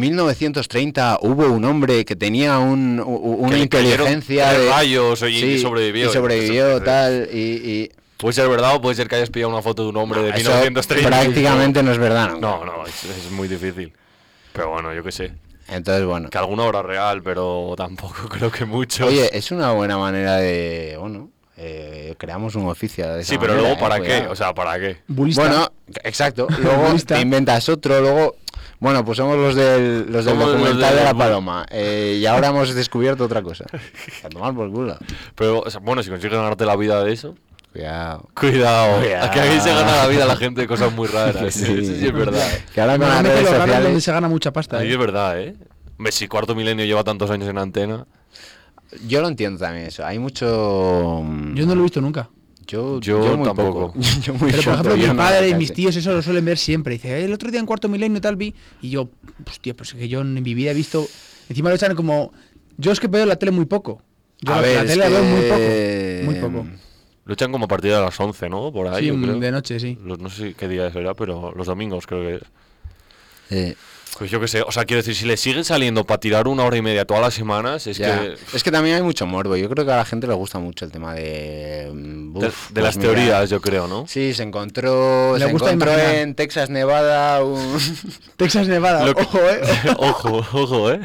A: 1930 hubo un hombre que tenía un, u- u-
B: Que
A: una
B: le cayeron
A: inteligencia
B: tres
A: de
B: rayos y- y sobrevivió.
A: y sobrevivió,
B: Entonces,
A: tal y, y
B: Puede ser verdad o puede ser que hayas pillado una foto de un hombre de
A: eso
B: 1930.
A: prácticamente no es verdad. ¿no?
B: No, no, es, es muy difícil. Pero bueno, yo qué sé.
A: Entonces bueno.
B: Que alguna obra real, pero tampoco <laughs> creo que mucho.
A: Oye, es una buena manera de bueno eh, creamos un oficio. De esa
B: sí, pero
A: manera,
B: luego,
A: eh,
B: ¿para qué?
A: cuidado.
B: O sea, ¿para qué?
C: Bulista.
A: Bueno, exacto. Luego
C: Lista.
A: te inventas otro, luego. Bueno, pues somos los del, los del
B: Somos los
A: documental
B: del-
A: de la paloma. eh, y ahora hemos descubierto otra cosa. <laughs> A tomar por culo.
B: <laughs> Pero, o sea, bueno, si consigues ganarte la vida de eso.
A: Cuidado.
B: Cuidado,
A: Cuidado.
B: a que aquí se gana la vida la gente de cosas muy raras.
A: <laughs> Sí.
B: Eso sí es verdad.
A: Que ahora con las
C: Normalmente
A: redes
C: los ganan donde
A: sociales.
C: se gana mucha pasta.
B: Ahí
C: ¿eh?
B: es verdad, ¿eh? Messi cuarto milenio lleva tantos años en antena.
A: Yo lo entiendo también eso. Hay mucho. mm,
C: Yo no lo he visto nunca.
A: Yo,
B: Yo
A: muy
B: tampoco.
C: <laughs>
A: poco. <laughs> yo muy
C: Pero por
A: poco,
C: ejemplo,
A: yo
C: mis
A: no,
C: padres,
A: casi.
C: mis tíos, eso lo suelen ver siempre. Dice, "Eh, el otro día en cuarto milenio tal vi. Y yo, hostia, pues es que yo en mi vida he visto. Encima lo echan como. Yo es que veo la tele muy poco. Yo
A: A
C: la,
A: ver,
C: la
A: es mm,
C: tele la veo
A: que-
C: muy poco. Muy poco.
B: Luchan como a partir de las 11, ¿no? Por ahí,
C: Sí, mm,
B: yo creo.
C: de noche, sí.
B: Los- no sé qué día será, pero los domingos creo que es.
A: Sí,
B: Pues yo qué sé, o sea, quiero decir, si le siguen saliendo para tirar una hora y media todas las semanas, es
A: ya.
B: que.
A: Es que también hay mucho morbo. Yo creo que a la gente le gusta mucho el tema de. mm,
B: De,
A: uf,
B: de
A: pues
B: las
A: mira,
B: teorías, yo creo, ¿no?
A: Sí, se encontró,
C: Le
A: se
C: gusta
A: encontró
C: imaginar.
A: en Texas, Nevada,
C: <laughs>
A: un,
C: Texas Nevada.
B: Lo que-
C: Ojo, eh.
B: <laughs>
C: <laughs>
B: ojo, ojo, ¿eh?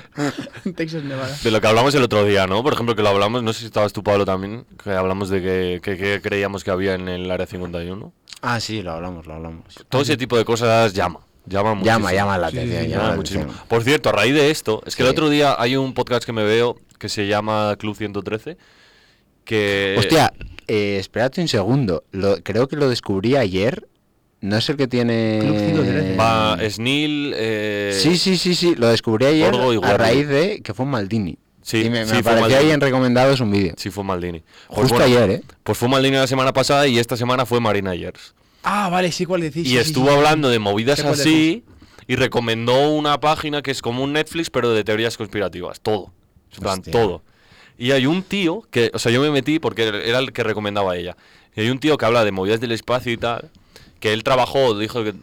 C: Texas Nevada.
B: De lo que hablamos el otro día, ¿no? Por ejemplo, que lo hablamos, no sé si estabas tú, Pablo, también, que hablamos de que, que- que creíamos que había en el área 51.
A: Ah, sí, lo hablamos, lo hablamos.
B: Todo ese tipo de cosas llama. Ah, Llama muchísimo.
A: Llama, llama la
C: Sí,
A: atención.
C: sí, sí,
A: llama
B: Llama
A: la
B: muchísimo.
A: atención.
B: Por cierto, a raíz de esto, es que el
A: Sí.
B: otro día hay un podcast que me veo que se llama Club 113. Que.
A: Hostia, eh, espérate un segundo. Lo, creo que lo descubrí ayer. No es el que tiene. Ah,
C: Club 113.
B: Va Snil. Eh,
A: Sí, sí, sí, sí. Lo descubrí ayer
B: Borgo y
A: a
B: Guardi.
A: raíz de que fue un Maldini.
B: Sí,
A: y me,
B: sí,
A: me
B: fue
A: apareció
B: Maldini.
A: ahí en recomendados un vídeo.
B: Sí, fue Maldini. Pues
A: Justo
B: bueno,
A: ayer, ¿eh?
B: Pues fue Maldini la semana pasada y esta semana fue Marina Ayers.
C: Ah, vale, sí, cuál decís.
B: y
C: sí, sí,
B: estuvo
C: sí, sí.
B: hablando de movidas
C: Sé cuál
B: así y recomendó una página que es como un Netflix, pero de teorías conspirativas. Todo. En plan,
A: Hostia.
B: todo. Y hay un tío que, o sea, yo me metí porque era el que recomendaba ella. Y hay un tío que habla de movidas del espacio y tal, que él trabajó, dijo que.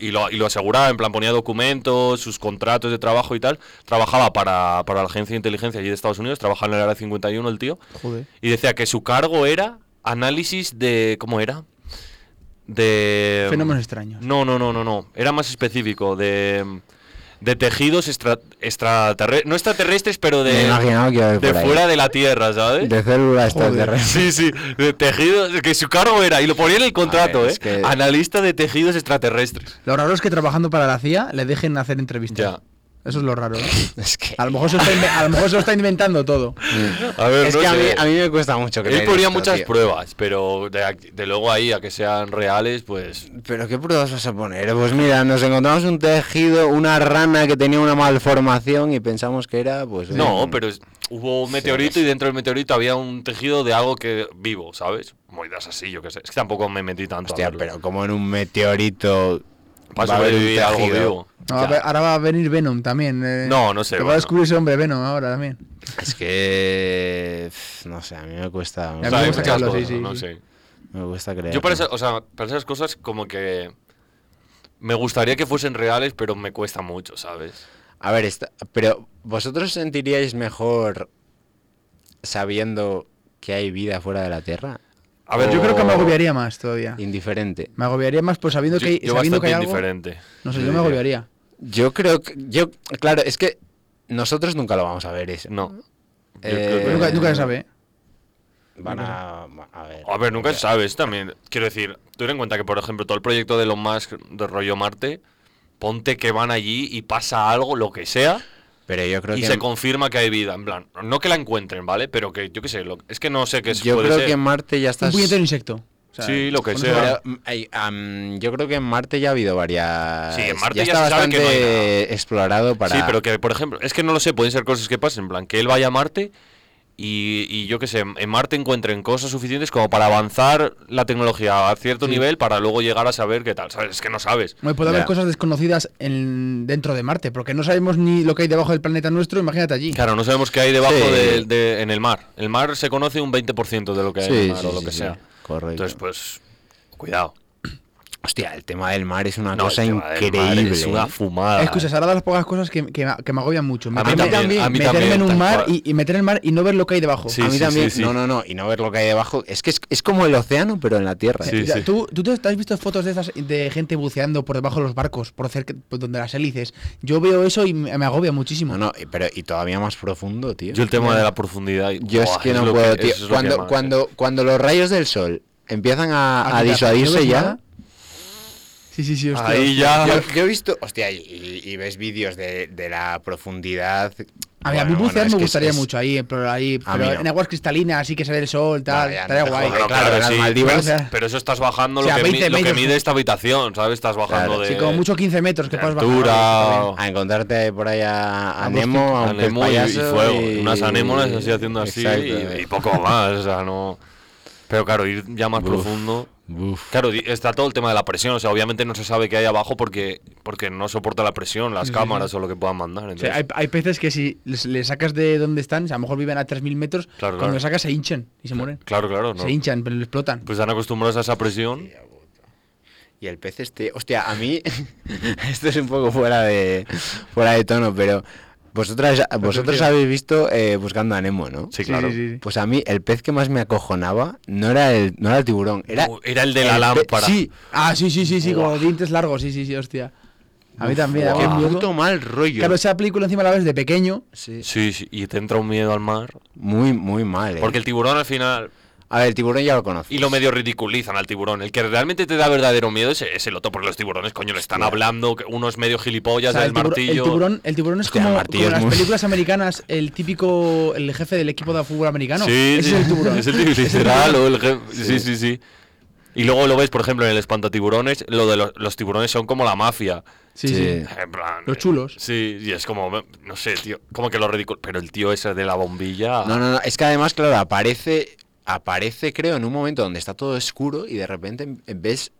B: Y lo, y lo aseguraba, en plan ponía documentos, sus contratos de trabajo y tal. Trabajaba para, para la agencia de inteligencia allí de Estados Unidos, trabajaba en el área 51 el tío.
C: Joder.
B: Y decía que su cargo era análisis de. ¿Cómo era? De.
C: Fenómenos extraños.
B: Eh, No, no, no, no, no. Era más específico. De. De tejidos extra, extraterrestres. No extraterrestres, pero
A: me
B: de.
A: imaginaba que iba a ir
B: De
A: por ahí.
B: fuera de la Tierra, ¿sabes?
A: De célula extraterrestre.
B: <laughs> Sí, sí, de tejidos, que su cargo era, y lo ponía en el contrato,
A: ver, es
B: ¿eh?
A: que-
B: Analista de tejidos extraterrestres.
C: Lo raro es que trabajando para la CIA le dejen hacer entrevistas. Eso es lo raro. ¿eh?
A: <laughs> Es que.
C: A lo mejor se lo está, inve- a lo mejor se lo está
B: <laughs>
C: inventando todo.
B: A ver,
A: es
B: no
A: que a mí,
B: sé.
A: a mí me cuesta mucho creer
B: Él ponía
A: esto,
B: muchas
A: tío.
B: pruebas, pero de, aquí- de luego ahí a que sean reales, pues.
A: ¿Pero qué pruebas vas a poner? Pues mira, nos encontramos un tejido, una rana que tenía una malformación y pensamos que era, pues...
B: No,
A: un-
B: pero es- hubo un meteorito y dentro del meteorito había un tejido de algo que vivo, ¿sabes? Moidas así, yo qué sé. Es que tampoco me metí tanto. a
A: Hostia,
B: verlo.
A: pero como en un meteorito... va
B: Para
A: a haber un
B: sobrevivir algo
A: tejido?
B: vivo.
C: No, a
B: Ya.
C: ver, ahora va a venir Venom también. eh.
B: No, no sé,
C: Te va
B: bueno.
C: a descubrir ese hombre Venom ahora también.
A: Es que... pf, No sé, a mí me cuesta...
C: A
B: O
A: Me
B: sea, hay
C: me
A: cuesta,
C: gusta
B: muchas
C: Carlos,
B: cosas,
C: sí, sí,
B: no
C: sí.
B: sé.
A: me cuesta creer.
B: Yo para, esa- o sea, para esas cosas como que me gustaría que fuesen reales, pero me cuesta mucho, ¿sabes?
A: A ver, esta- pero ¿vosotros sentiríais mejor sabiendo que hay vida fuera de la Tierra?
B: A ver,
C: Yo creo que me agobiaría más todavía.
A: Indiferente.
C: Me agobiaría más por sabiendo
B: Yo,
C: que hay,
B: yo
C: sabiendo
B: bastante
C: que hay algo.
B: indiferente.
C: No sé,
B: yo
C: yo me
B: diría.
C: agobiaría.
A: Yo creo que... Yo, claro, es que nosotros nunca lo vamos a ver eso.
B: No. Yo
A: Eh,
B: creo que-
C: Nunca, nunca se sabe. ¿eh?
A: Van a... A ver...
B: A ver, nunca
A: porque-
B: se sabe, eso también. Quiero decir, ten en cuenta que, por ejemplo, todo el proyecto de Elon Musk de rollo Marte, ponte que van allí y pasa algo, lo que sea,
A: Pero yo creo
B: y
A: que...
B: se confirma que hay vida. En plan, no que la encuentren, ¿vale? Pero que, yo qué sé, lo- es que no sé qué es-
A: Yo
B: puede
A: creo
B: ser.
A: que en Marte ya
C: Un
A: estás...
C: puñetero insecto. O sea,
B: Sí, lo que
C: con
B: sea.
C: eso
A: Pero,
C: va.
A: mm, hay, am, yo creo que en Marte ya ha habido varias.
B: Sí, en Marte
A: ya,
B: ya
A: está
B: se sabe
A: bastante
B: que no hay nada.
A: explorado para.
B: Sí, pero que, por ejemplo, es que no lo sé, pueden ser cosas que pasen, en plan, que él vaya a Marte y, y yo qué sé, en Marte encuentren cosas suficientes como para avanzar la tecnología a cierto nivel para luego llegar a saber qué tal. ¿Sabes? Es que no sabes.
C: Bueno, puede haber
A: Ya.
C: cosas desconocidas en- dentro de Marte, porque no sabemos ni lo que hay debajo del planeta nuestro, imagínate allí.
B: Claro, no sabemos qué hay debajo
A: Sí.
B: de, de- en el mar. El mar se conoce un 20% de lo que hay en el
A: Sí,
B: mar
A: sí,
B: o lo
A: sí,
B: que
A: sí.
B: sea.
A: Correcto.
B: Entonces, pues, cuidado.
A: Hostia, el tema del mar es una
B: No,
A: cosa
B: el tema del mar
A: increíble.
B: Es una
A: ¿eh?
B: fumada.
C: Escucha, es ahora de las pocas cosas que, que me- que me agobian mucho.
B: mí
C: Meterme-
B: también, a mí
C: meterme
B: también,
C: en un
B: tal
C: mar
B: cual.
C: y, y meter el mar y no ver lo que hay debajo.
B: Sí,
A: a mí
B: sí,
A: también.
B: sí, sí.
A: No, no, no. Y no ver lo que hay debajo. Es que es, es como el océano, pero en la tierra.
B: Sí,
A: ¿eh?
C: O sea,
B: sí.
C: ¿Tú, tú te- te has visto fotos de esas de gente buceando por debajo de los barcos, por cerca, por donde las hélices. Yo veo eso y me me agobia muchísimo.
A: No, no, y- pero y todavía más profundo, tío.
B: Yo el tema de la profundidad.
A: Yo es
B: buah,
A: que no
B: lo
A: puedo,
B: que-
A: tío.
B: eso es lo que
A: Cuando,
B: más, eh.
A: cuando, cuando los rayos del sol empiezan a,
C: Ah,
A: a
C: que te- ¿no
A: disuadirse
C: ves
A: ya.
C: nada? Sí, sí, sí, hostia.
B: Ahí ya.
C: hostia.
A: Yo, yo he visto, hostia, y, y- y ves vídeos de, de la profundidad.
C: A ver, a mí
A: Bueno,
C: bucear
A: bueno, es
C: me
A: que es-
C: gustaría
A: es-
C: mucho ahí, eh, pero, ahí,
A: A
C: pero
A: mí no.
C: en aguas cristalinas, así que sale el sol, tal,
A: ya, no
C: estaría
A: te
C: guay.
A: jodas,
B: Bueno,
A: claro,
B: claro,
A: las
B: sí,
A: Maldivas-
B: pero-
C: o sea,
B: pero eso estás bajando
C: o
B: lo,
C: sea,
B: que mi-
C: 20
B: lo que
C: metros.
B: mide esta habitación, ¿sabes? Estás bajando
A: Claro,
B: de.
C: Sí, como mucho 15 metros que
B: de
C: puedas bajar.
B: altura,
C: ¿no?
A: A encontrarte por ahí a, a
C: A los
A: Nemo, a un pez
B: Anemo y, y
A: payaso
B: fuego.
A: y-
B: Unas anémonas así haciendo así
A: Exacto.
B: y, y poco más. O sea, no. Pero claro, ir ya más profundo. Claro, di- está todo el tema de la presión. O sea, obviamente no se sabe qué hay abajo porque, porque no soporta la presión, las
C: Sí, sí,
B: cámaras o lo que puedan mandar.
C: O sea,
B: entonces-
C: hay, hay peces que si les, les sacas de donde están, a lo mejor viven a 3.000 metros,
B: Claro,
C: cuando
B: claro.
C: les sacas se hinchan y se mueren.
B: Claro, claro. no.
C: Se hinchan, pero lo explotan.
B: Pues están acostumbrados a esa presión.
A: Y el pez este, hostia, a mí <laughs> esto es un poco fuera de fuera de tono, pero vosotras vosotros
C: tío.
A: habéis visto eh, buscando a Nemo, ¿no?
B: Sí, claro.
C: sí, sí.
A: Pues a mí el pez que más me acojonaba no era el no era el tiburón, era
B: Uh, Era el de la
A: el pe-
B: lámpara.
A: Sí,
C: Ah, sí, sí, sí, sí,
B: Buah.
C: como dientes largos, sí, sí, sí, hostia. A mí también, a mí
A: qué
C: me dio-
A: puto mal rollo.
C: Claro, esa película encima la ves de pequeño.
A: Sí.
B: Sí, sí, y te entra un miedo al mar.
A: Muy muy mal. eh.
B: Porque el tiburón al final.
A: a ver, el tiburón ya lo conoces.
B: Y lo medio ridiculizan al tiburón. El que realmente te da verdadero miedo es, es el otro, porque los tiburones, coño, le están
A: Hostia.
B: hablando, que uno es medio gilipollas
C: O sea,
B: del
C: el, tibur-
B: martillo.
C: el tiburón, el tiburón es
A: Hostia, el
C: como,
A: martillo
C: como en
A: es
C: las
A: muy-
C: películas americanas, el típico, el jefe del equipo de fútbol americano.
B: Sí,
C: Ese
B: sí,
C: es el tiburón.
B: <laughs> es el tiburón, literal, o el
A: <laughs>
B: jef- Sí, sí, sí. Y luego lo ves, por ejemplo, en el espantatiburones, lo de los, los tiburones son como la mafia.
C: Sí,
A: Sí.
C: sí.
B: En plan,
C: Los chulos.
B: Sí, y es como, no sé, tío, como que lo ridículo. Pero el tío ese de la bombilla.
A: No, no, no, es que además claro, aparece aparece creo en un momento donde está todo oscuro y de repente em- ves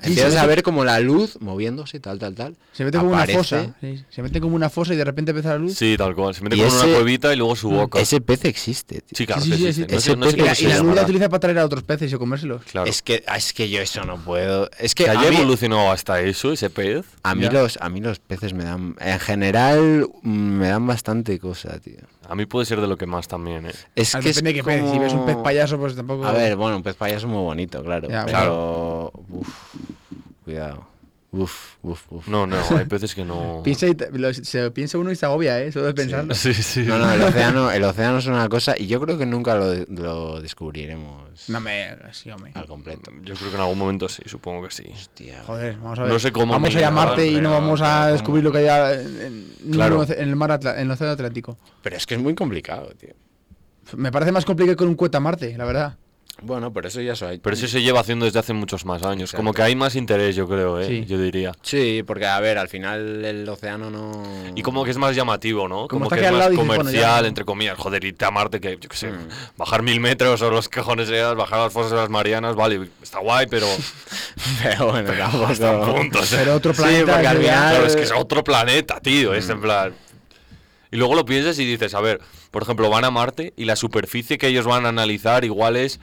C: Sí,
A: Empiezas
C: se
A: a
C: ve-
A: ver como la luz moviéndose, tal, tal, tal.
C: Se mete como
A: Aparece-
C: una fosa. sí, Se mete como una fosa y de repente empieza la luz.
B: Sí, tal cual. Se mete
A: Y
B: como en
A: ese-
B: una cuevita y luego su boca.
A: Ese pez existe, tío.
B: Sí, claro,
C: Sí,
B: que
C: sí, sí,
B: existe.
C: sí.
B: No sé-
A: Ese
B: no sé
A: pez
C: Y
B: cómo
C: la,
A: que
B: se
C: y la luz
A: llama.
C: la
B: llamará.
C: utiliza para traer a otros peces y comérselos.
B: Claro.
A: Es que ah, es que yo eso no puedo. Es que
B: Que
A: a
B: haya
A: mí,
B: evolucionado hasta eso, ese pez.
A: a mí
C: Ya.
A: los a mí los peces me dan en general mm, me dan bastante cosa, tío.
B: A mí puede ser de lo que más también, ¿eh?
A: Es
C: Ah,
A: que es
C: Depende de qué pez. Si ves un pez
A: como-
C: payaso, pues tampoco.
A: A ver, bueno, un pez payaso muy bonito, claro,
C: Ya,
A: pero uf, cuidado. Uf, uf, uf.
B: No, no,
A: <laughs>
B: hay peces que no.
C: Piensa y te- lo- se lo piensa uno y se agobia, ¿eh? Solo de pensarlo.
B: Sí, sí.
A: No, no, el océano, el océano es una cosa y yo creo que nunca lo, lo descubriremos
C: No me. Sí, hombre.
A: al completo.
B: Yo creo que en algún momento sí, supongo que sí.
A: Hostia.
C: Joder, vamos a ver.
B: No sé cómo
C: Vamos a
B: me
C: llamarte y
A: llamaban,
C: no
A: pero-
C: vamos a
A: pero
C: descubrir lo que hay en, en-
B: Claro.
C: en el mar Atla- en el océano Atlántico.
A: Pero es que es muy complicado, tío.
C: Me parece más complicado que con un cueta a Marte, la verdad.
A: Bueno, pero eso ya soy.
B: Pero eso se lleva haciendo desde hace muchos más años. Como
A: Exacto.
B: que hay más interés, yo creo, ¿eh?
C: Sí.
B: Yo diría.
A: Sí, porque a ver, al final el océano no.
B: Y como que es más llamativo, ¿no?
C: Como
B: Como,
C: está
B: que
C: aquí
B: es
C: al
B: más
C: lado y dices, bueno,
B: comercial,
C: ya-
B: entre comillas. Joder, irte a Marte, que yo qué sé,
A: Mm.
B: bajar mil metros o los cajones seas, bajar a las fosas de las Marianas, vale, está guay, pero
A: <laughs> Pero bueno, tampoco.
B: puntos. ¿eh?
C: Pero otro
A: Sí,
C: planeta.
A: porque al
C: que-
A: final-
B: Claro, es
C: eh,
B: que es otro planeta, tío. Es
C: Mm.
B: en plan. Y luego lo piensas y dices, a ver, por ejemplo, van a Marte y la superficie que ellos van a analizar igual es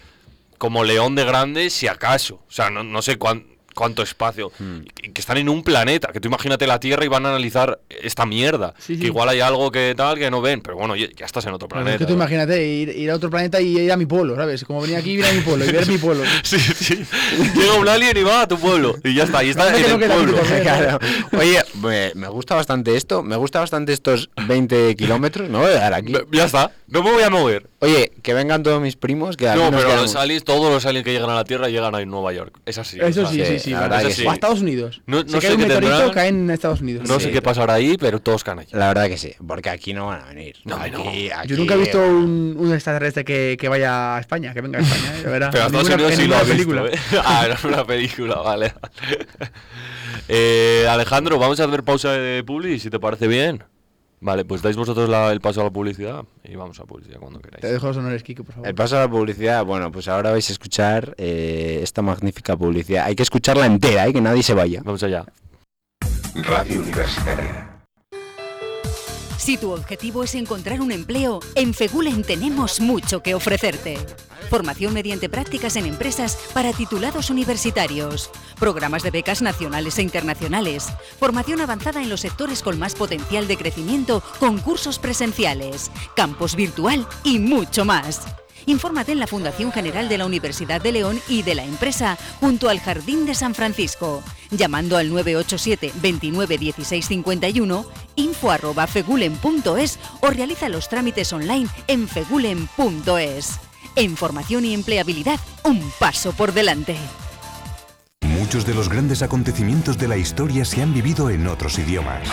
B: como León de Grande, si acaso. O sea, no, no sé cuán- cuánto espacio.
C: Mm.
B: Y que están en un planeta, que tú imagínate la Tierra y van a analizar esta mierda.
C: Sí, sí.
B: Que igual hay algo que tal que no ven, pero bueno, ya, ya estás en otro
C: Bueno, es
B: planeta.
C: que tú
B: ¿no?
C: imagínate ir, ir a otro planeta y ir a mi pueblo, ¿sabes? Como venía aquí, ir a mi pueblo y ver
B: <laughs>
C: mi pueblo.
B: <laughs> Sí, sí. Llega un alien y va a tu pueblo. Y ya está, y está
C: No,
B: en
C: que no,
B: el
C: que la
B: pueblo.
C: <laughs> gente
A: Claro. Oye, me, me gusta bastante esto. Me gusta bastante estos 20 kilómetros. No voy a dar aquí.
B: Ya está. No me voy a mover.
A: Oye, que vengan todos mis primos. Que aquí
B: No,
A: nos
B: pero
A: quedamos.
B: los aliens, todos los aliens que llegan a la Tierra llegan a Nueva York. Es así.
C: Eso
B: o sea,
A: sí,
C: sí, sí, sí.
A: la
C: vale.
A: verdad
C: Eso
A: que
C: sí.
A: sí.
C: O a Estados Unidos.
B: No-
C: Se
B: no
C: cae
B: sé
C: un
B: qué
C: meteorito,
B: tendrán.
C: caen en Estados Unidos.
B: No
C: Sí.
B: sé qué pasará ahí, pero todos caen allí.
A: La verdad que sí. Porque aquí no van a venir.
B: No,
A: Aquí-
B: no.
A: aquí- eh,
C: Yo nunca he visto un, un extraterrestre que, que vaya a España, que venga a España, ¿eh?
A: <laughs>
C: de verdad.
B: Pero a
C: En
B: Estados
C: ninguna-
B: Unidos
C: en
B: sí lo
C: ninguna
B: ha visto,
C: película.
B: ¿eh? <laughs> Ah, era una película, vale. Eh, Alejandro, vamos a hacer pausa de publi, si te parece bien. Vale, pues dais vosotros la- el paso a la publicidad y vamos a publicidad cuando
C: Te
B: queráis.
C: dejo los honores, Kiko, por favor.
A: El paso a la publicidad, bueno, pues ahora vais a escuchar eh, esta magnífica publicidad. Hay que escucharla entera, ¿eh? que nadie se vaya.
B: Vamos allá.
E: Radio Universitaria.
F: Si tu objetivo es encontrar un empleo, en Fegulen tenemos mucho que ofrecerte. Formación mediante prácticas en empresas para titulados universitarios, programas de becas nacionales e internacionales, formación avanzada en los sectores con más potencial de crecimiento, concursos presenciales, campus virtual y mucho más. Infórmate en la Fundación General de la Universidad de León y de la empresa junto al Jardín de San Francisco, llamando al 987 29 16 51 info arroba fegulen.es o realiza los trámites online en fegulen.es. En formación y empleabilidad, un paso por delante.
G: Muchos de los grandes acontecimientos de la historia se han vivido en otros idiomas.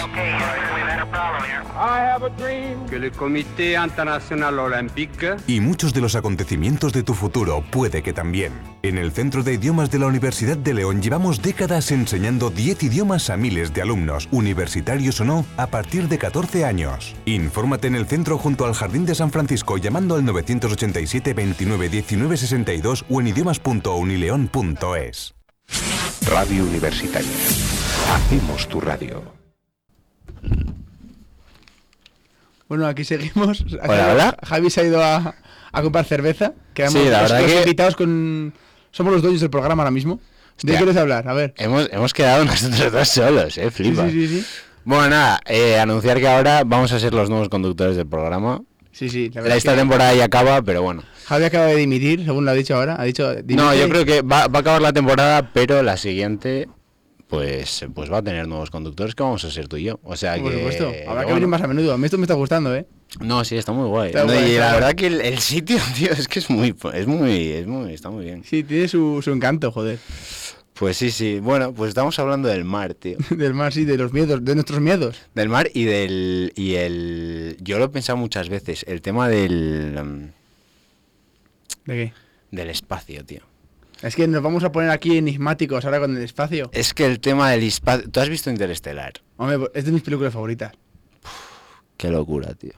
H: que le Comité international olympique
G: Y muchos de los acontecimientos de tu futuro puede que también. En el Centro de Idiomas de la Universidad de León llevamos décadas enseñando 10 idiomas a miles de alumnos, universitarios o no, a partir de 14 años. Infórmate en el centro junto al Jardín de San Francisco llamando al 987 29 19 62 o en idiomas.unileón.es.
E: Radio Universitaria. Hacemos tu radio.
C: Bueno, aquí seguimos. <laughs>
A: Hola, hola.
C: Javi se ha ido a, a comprar cerveza. Quedamos
A: Sí, la
C: los-
A: verdad
C: los
A: que-
C: invitados con... Somos los dueños del programa ahora mismo. ¿De
A: Hostia.
C: qué quieres hablar? A ver.
A: Hemos, hemos quedado <laughs> nosotros dos solos, ¿eh?
C: Sí,
A: Flipa.
C: sí, sí, sí.
A: Bueno, nada, eh, anunciar que ahora vamos a ser los nuevos conductores del programa.
C: Sí, sí, la verdad
A: La-
C: es que
A: Esta temporada ya acaba, pero bueno.
C: Javi acaba de dimitir, según lo ha dicho ahora. Ha dicho,
A: No,
C: dimite.
A: yo creo que va, va a acabar la temporada, pero la siguiente, pues, pues va a tener nuevos conductores que vamos a ser tú y yo. O sea
C: Por
A: que.
C: supuesto, habrá que
A: bueno.
C: venir más a menudo. A mí esto me está gustando, ¿eh?
A: No, sí, está muy guay.
C: Está
A: No,
C: guay,
A: y
C: está
A: la
C: guay.
A: verdad que el, el sitio, <laughs> tío, es que es muy, es muy, es muy, está muy bien.
C: Sí, tiene su, su encanto, joder. <laughs>
A: Pues sí, sí. Bueno, pues estamos hablando del mar,
C: <laughs>
A: tío.
C: Del mar, sí, de los miedos, de nuestros miedos.
A: Del mar y del. Y el. Yo lo he pensado muchas veces. El tema del. mm,
C: ¿De
A: Del espacio, tío.
C: qué? Es que nos vamos a poner aquí enigmáticos ahora con el espacio.
A: Es que el tema del espacio. ¿Tú has visto Interestelar?
C: Hombre, es de mis películas favoritas.
A: Qué locura, tío.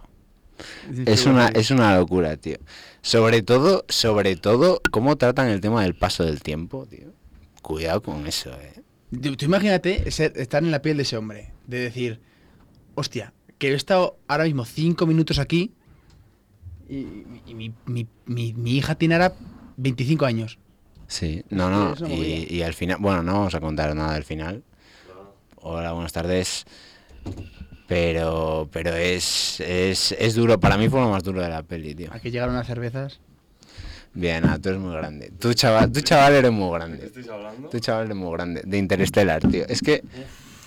C: de mis
A: Es
C: películas
A: una,
C: favoritas.
A: es una locura, tío. Sobre todo, sobre todo, cómo tratan el tema del paso del tiempo, tío. Cuidado con eso, eh.
C: Tú, tú imagínate ser- estar en la piel de ese hombre. De decir, hostia, que yo he estado ahora mismo cinco minutos aquí y, y mi, mi- mi- mi hija tiene ahora 25 años.
A: Sí, no, no.
C: es una
A: Y,
C: movida.
A: y al final, bueno, no vamos a contar nada del final. Hola, buenas tardes. Pero, pero es, es, es duro. Para mí fue lo más duro de la peli, tío.
C: A que llegaron las cervezas.
A: Bien, ah, tú eres muy grande. Tú chaval, tú chaval eres muy grande. Tú chaval eres muy grande. De Interestelar, tío. Es que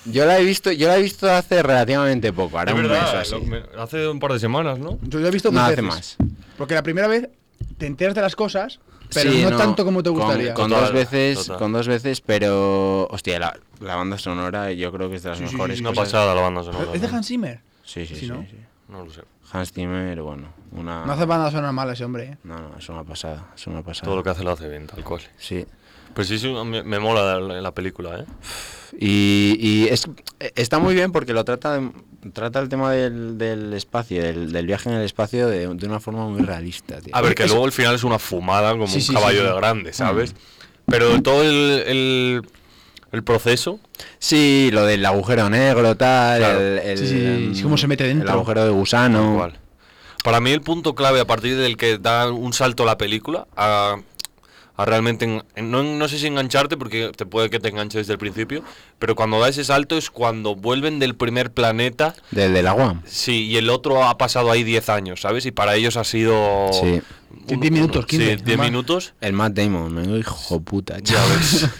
A: yo la he visto, yo la he visto hace relativamente poco. Ahora
B: Es
A: un mes o
B: verdad,
A: así.
B: lo- me- hace un par de semanas, ¿no?
C: Yo lo he visto
A: No
C: dos
A: hace
C: veces.
A: más.
C: Porque la primera vez te enteras de las cosas, pero
A: Sí,
C: no, tanto como te
A: con-
C: gustaría.
A: Con,
B: Total,
A: dos veces,
B: total.
A: con dos veces, pero hostia, la, la banda sonora yo creo que es de las
C: Sí, sí,
A: mejores.
B: Es una
A: cosas.
B: pasada la banda sonora.
C: Pero ¿Es de
B: ¿no?
C: Hans Zimmer?
A: Sí, sí,
C: Si
A: sí,
C: no-
A: sí.
B: No lo sé.
A: Hans Zimmer, bueno, una
C: No hace banda sonora mala ese hombre, ¿eh?
A: No, no, es una pasada, es una pasada.
B: Todo lo que hace lo hace bien, tal cual.
A: Sí.
B: Pero sí, sí, me, me mola la, la película, ¿eh?
A: Y, y es, está muy bien porque lo trata de- trata el tema del, del espacio, del, del viaje en el espacio de, de una forma muy realista, tío.
B: A ver, que luego al final es una fumada como
C: Sí, sí,
B: un caballo
C: sí, sí. Mm.
B: de grande, ¿sabes? Pero todo el, el, el proceso,
A: Sí, lo del agujero negro, tal,
B: Claro.
A: el, el-
C: Sí, sí, sí, cómo se mete dentro.
A: El agujero de gusano.
B: igual. Para mí el punto clave a partir del que da un salto la película a, a realmente... en- en- no, no sé si engancharte porque te puede que te enganches desde el principio, pero cuando da ese salto es cuando vuelven del primer planeta
A: Del del agua.
B: Sí, y el otro ha pasado ahí 10 años, ¿sabes? Y para ellos ha sido...
A: Sí.
C: Sí, 10 minutos, 15,
B: Sí, 10
C: normal.
B: minutos.
A: El Matt Damon, me digo, hijo puta,
B: Ya
A: chaval.
B: ves. <laughs>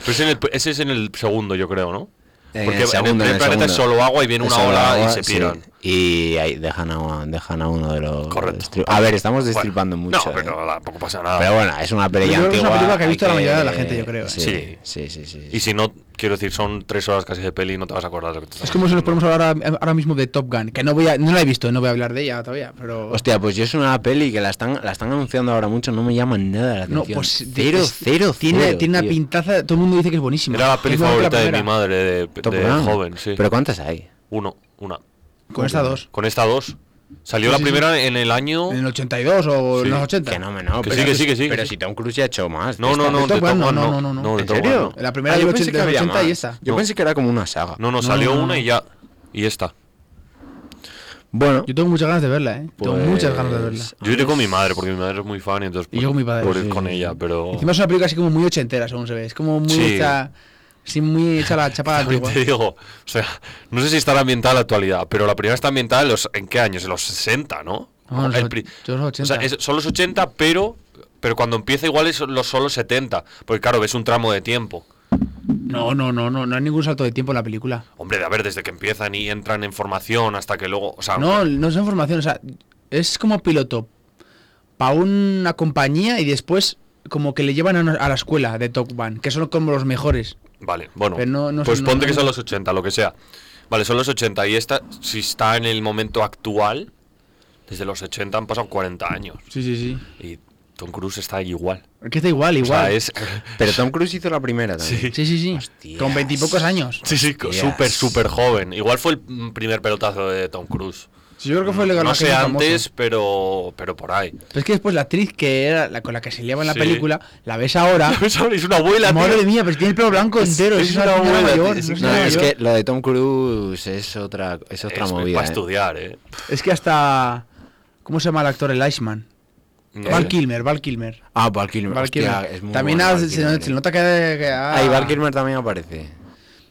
B: Pero es en el- ese es en el segundo, yo creo, ¿no?
A: En
B: Porque
A: el Eh, segundo,
B: en
A: en
B: el
A: el
B: primer planeta es
A: segundo.
B: solo agua y viene una
A: Eso,
B: ola
A: agua,
B: y se
A: sí.
B: piran.
A: Y ahí dejan a, uno- dejan a uno de los.
B: Correcto.
A: destri- A ver, estamos destripando
B: Bueno,
A: mucho.
B: No, pero
A: ¿eh?
B: nada, tampoco pasa nada.
A: Pero bueno, es una
C: Yo
A: pelea
C: creo que es una
A: antigua,
C: película que ha
A: hay
C: visto la mayoría de la gente, yo creo, ¿eh?
A: Sí,
B: Sí.
A: sí, sí. sí, sí.
B: Y si no, quiero decir, son tres horas casi de peli y no te vas a acordar de lo que te estás
C: Es como si nos
B: haciendo.
C: ponemos a hablar ahora, ahora mismo de Top Gun, que no voy a, no la he visto, no voy a hablar de ella todavía, pero...
A: Hostia, pues yo es una peli que la están, la están anunciando ahora mucho, no me llama nada la
C: no,
A: atención.
C: pues...
A: cero,
C: es-
A: cero,
C: Tiene,
A: cero,
C: tiene una
A: tío.
C: pintaza, todo el mundo dice que es buenísima.
B: Era la peli
C: Es mejor que
B: favorita de mi
C: primera.
B: madre de,
A: Top
B: de
A: Gun.
B: joven, sí.
A: Pero ¿cuántas hay?
B: Uno, una.
C: Con esta dos.
B: Con esta dos. Salió
C: Sí,
B: la
C: sí,
B: primera en el año.
C: En el 82 o
B: Sí,
C: en los 80.
A: Que no, me no.
B: Que
A: pero-
B: sí, que sí, que sí,
A: Pero
B: que sí.
A: si Tom Cruise ya ha hecho más.
B: No,
A: de
B: no,
A: esta-
B: no,
C: Top
B: de Top
C: One,
B: One
C: no,
B: no.
C: no, no,
B: No,
C: no.
B: de
A: ¿En
B: Top One
A: serio?
B: no.
C: La primera
A: Ah,
C: del
A: yo pensé
C: 80
A: que había
C: 80 y
A: más.
C: esa.
A: Yo
B: No.
A: pensé que era como una saga.
B: No, no, salió
C: no, no,
B: una y ya. Y esta.
A: Bueno,
C: Yo tengo muchas ganas de verla, ¿eh? Tengo
A: Pues-
C: muchas ganas de verla.
B: Yo iré con mi madre, porque mi madre es muy fan, y entonces
C: Y yo con mi padre,
B: por ir
C: sí,
B: con
C: sí,
B: ella, pero.
C: Encima es una película así como muy ochentera, según se ve. Es como muy
B: Sí.
C: hecha. Sí, muy hecha
A: <laughs>
C: la chapada
B: También
C: antigua.
B: te digo, o sea, no sé si estará ambientada en la actualidad, pero la primera está ambientada en los. ¿En qué años? En los 60, ¿no?
C: No, en los
B: El
C: och-
B: pri-
C: yo en los
B: O sea,
C: 80.
B: es- son los 80, pero. Pero cuando empieza igual es los solo 70. Porque claro, ves un tramo de tiempo.
C: No, no, no, no. No hay ningún salto de tiempo en la película.
B: Hombre, de a ver, desde que empiezan y entran en formación hasta que luego. O sea,
C: No, no es información. O sea, es como piloto para una compañía y después como que le llevan a, una- a la escuela de Top Gun, que son como los mejores.
B: Vale, bueno.
C: Pero no- no
B: pues
C: son-
B: ponte
C: no-
B: que son
C: no-
B: los 80, lo que sea. Vale, son los 80 y esta, si está en el momento actual, desde los 80 han pasado 40 años.
C: Sí, sí, sí.
B: Y Tom Cruise está igual.
C: Que está igual,
B: O sea,
C: igual.
B: es...
A: pero Tom Cruise hizo la primera también.
B: Sí.
C: Sí, sí, sí.
A: Hostias.
C: Con veintipocos años.
B: Sí, sí,
A: Hostias.
B: súper, súper joven. Igual fue el mm, primer pelotazo de Tom Cruise.
C: Sí, yo creo que fue el que
B: no
C: más
B: sé
C: famoso.
B: antes, pero, pero por ahí. <laughs>
C: Pero es que después la actriz que era la con la que se liaba en la
B: Sí.
C: película, la
B: <laughs>
C: ves ahora.
B: es una abuela, tío.
C: Madre mía, pero tiene el pelo blanco entero.
B: es
C: Es, una
B: una
C: señora
B: abuela,
C: mayor,
B: tío, es
C: no es
A: No,
C: una
A: es
C: mayor.
A: que lo de Tom Cruise es otra, es otra
B: Es
A: movida.
B: para
A: ¿eh?
B: estudiar, ¿eh?
C: Es que hasta. ¿Cómo se llama el actor? El Iceman.
A: Eh,
B: No,
C: Val Kilmer, Val Kilmer.
A: Ah, Val Kilmer.
C: Val
A: hostia,
C: Kilmer.
A: es muy
C: También
A: bueno
C: ha-
A: Val
C: se,
A: Kilmer,
C: se
A: eh.
C: nota que. que ha-
A: Ah, y Val Kilmer también aparece.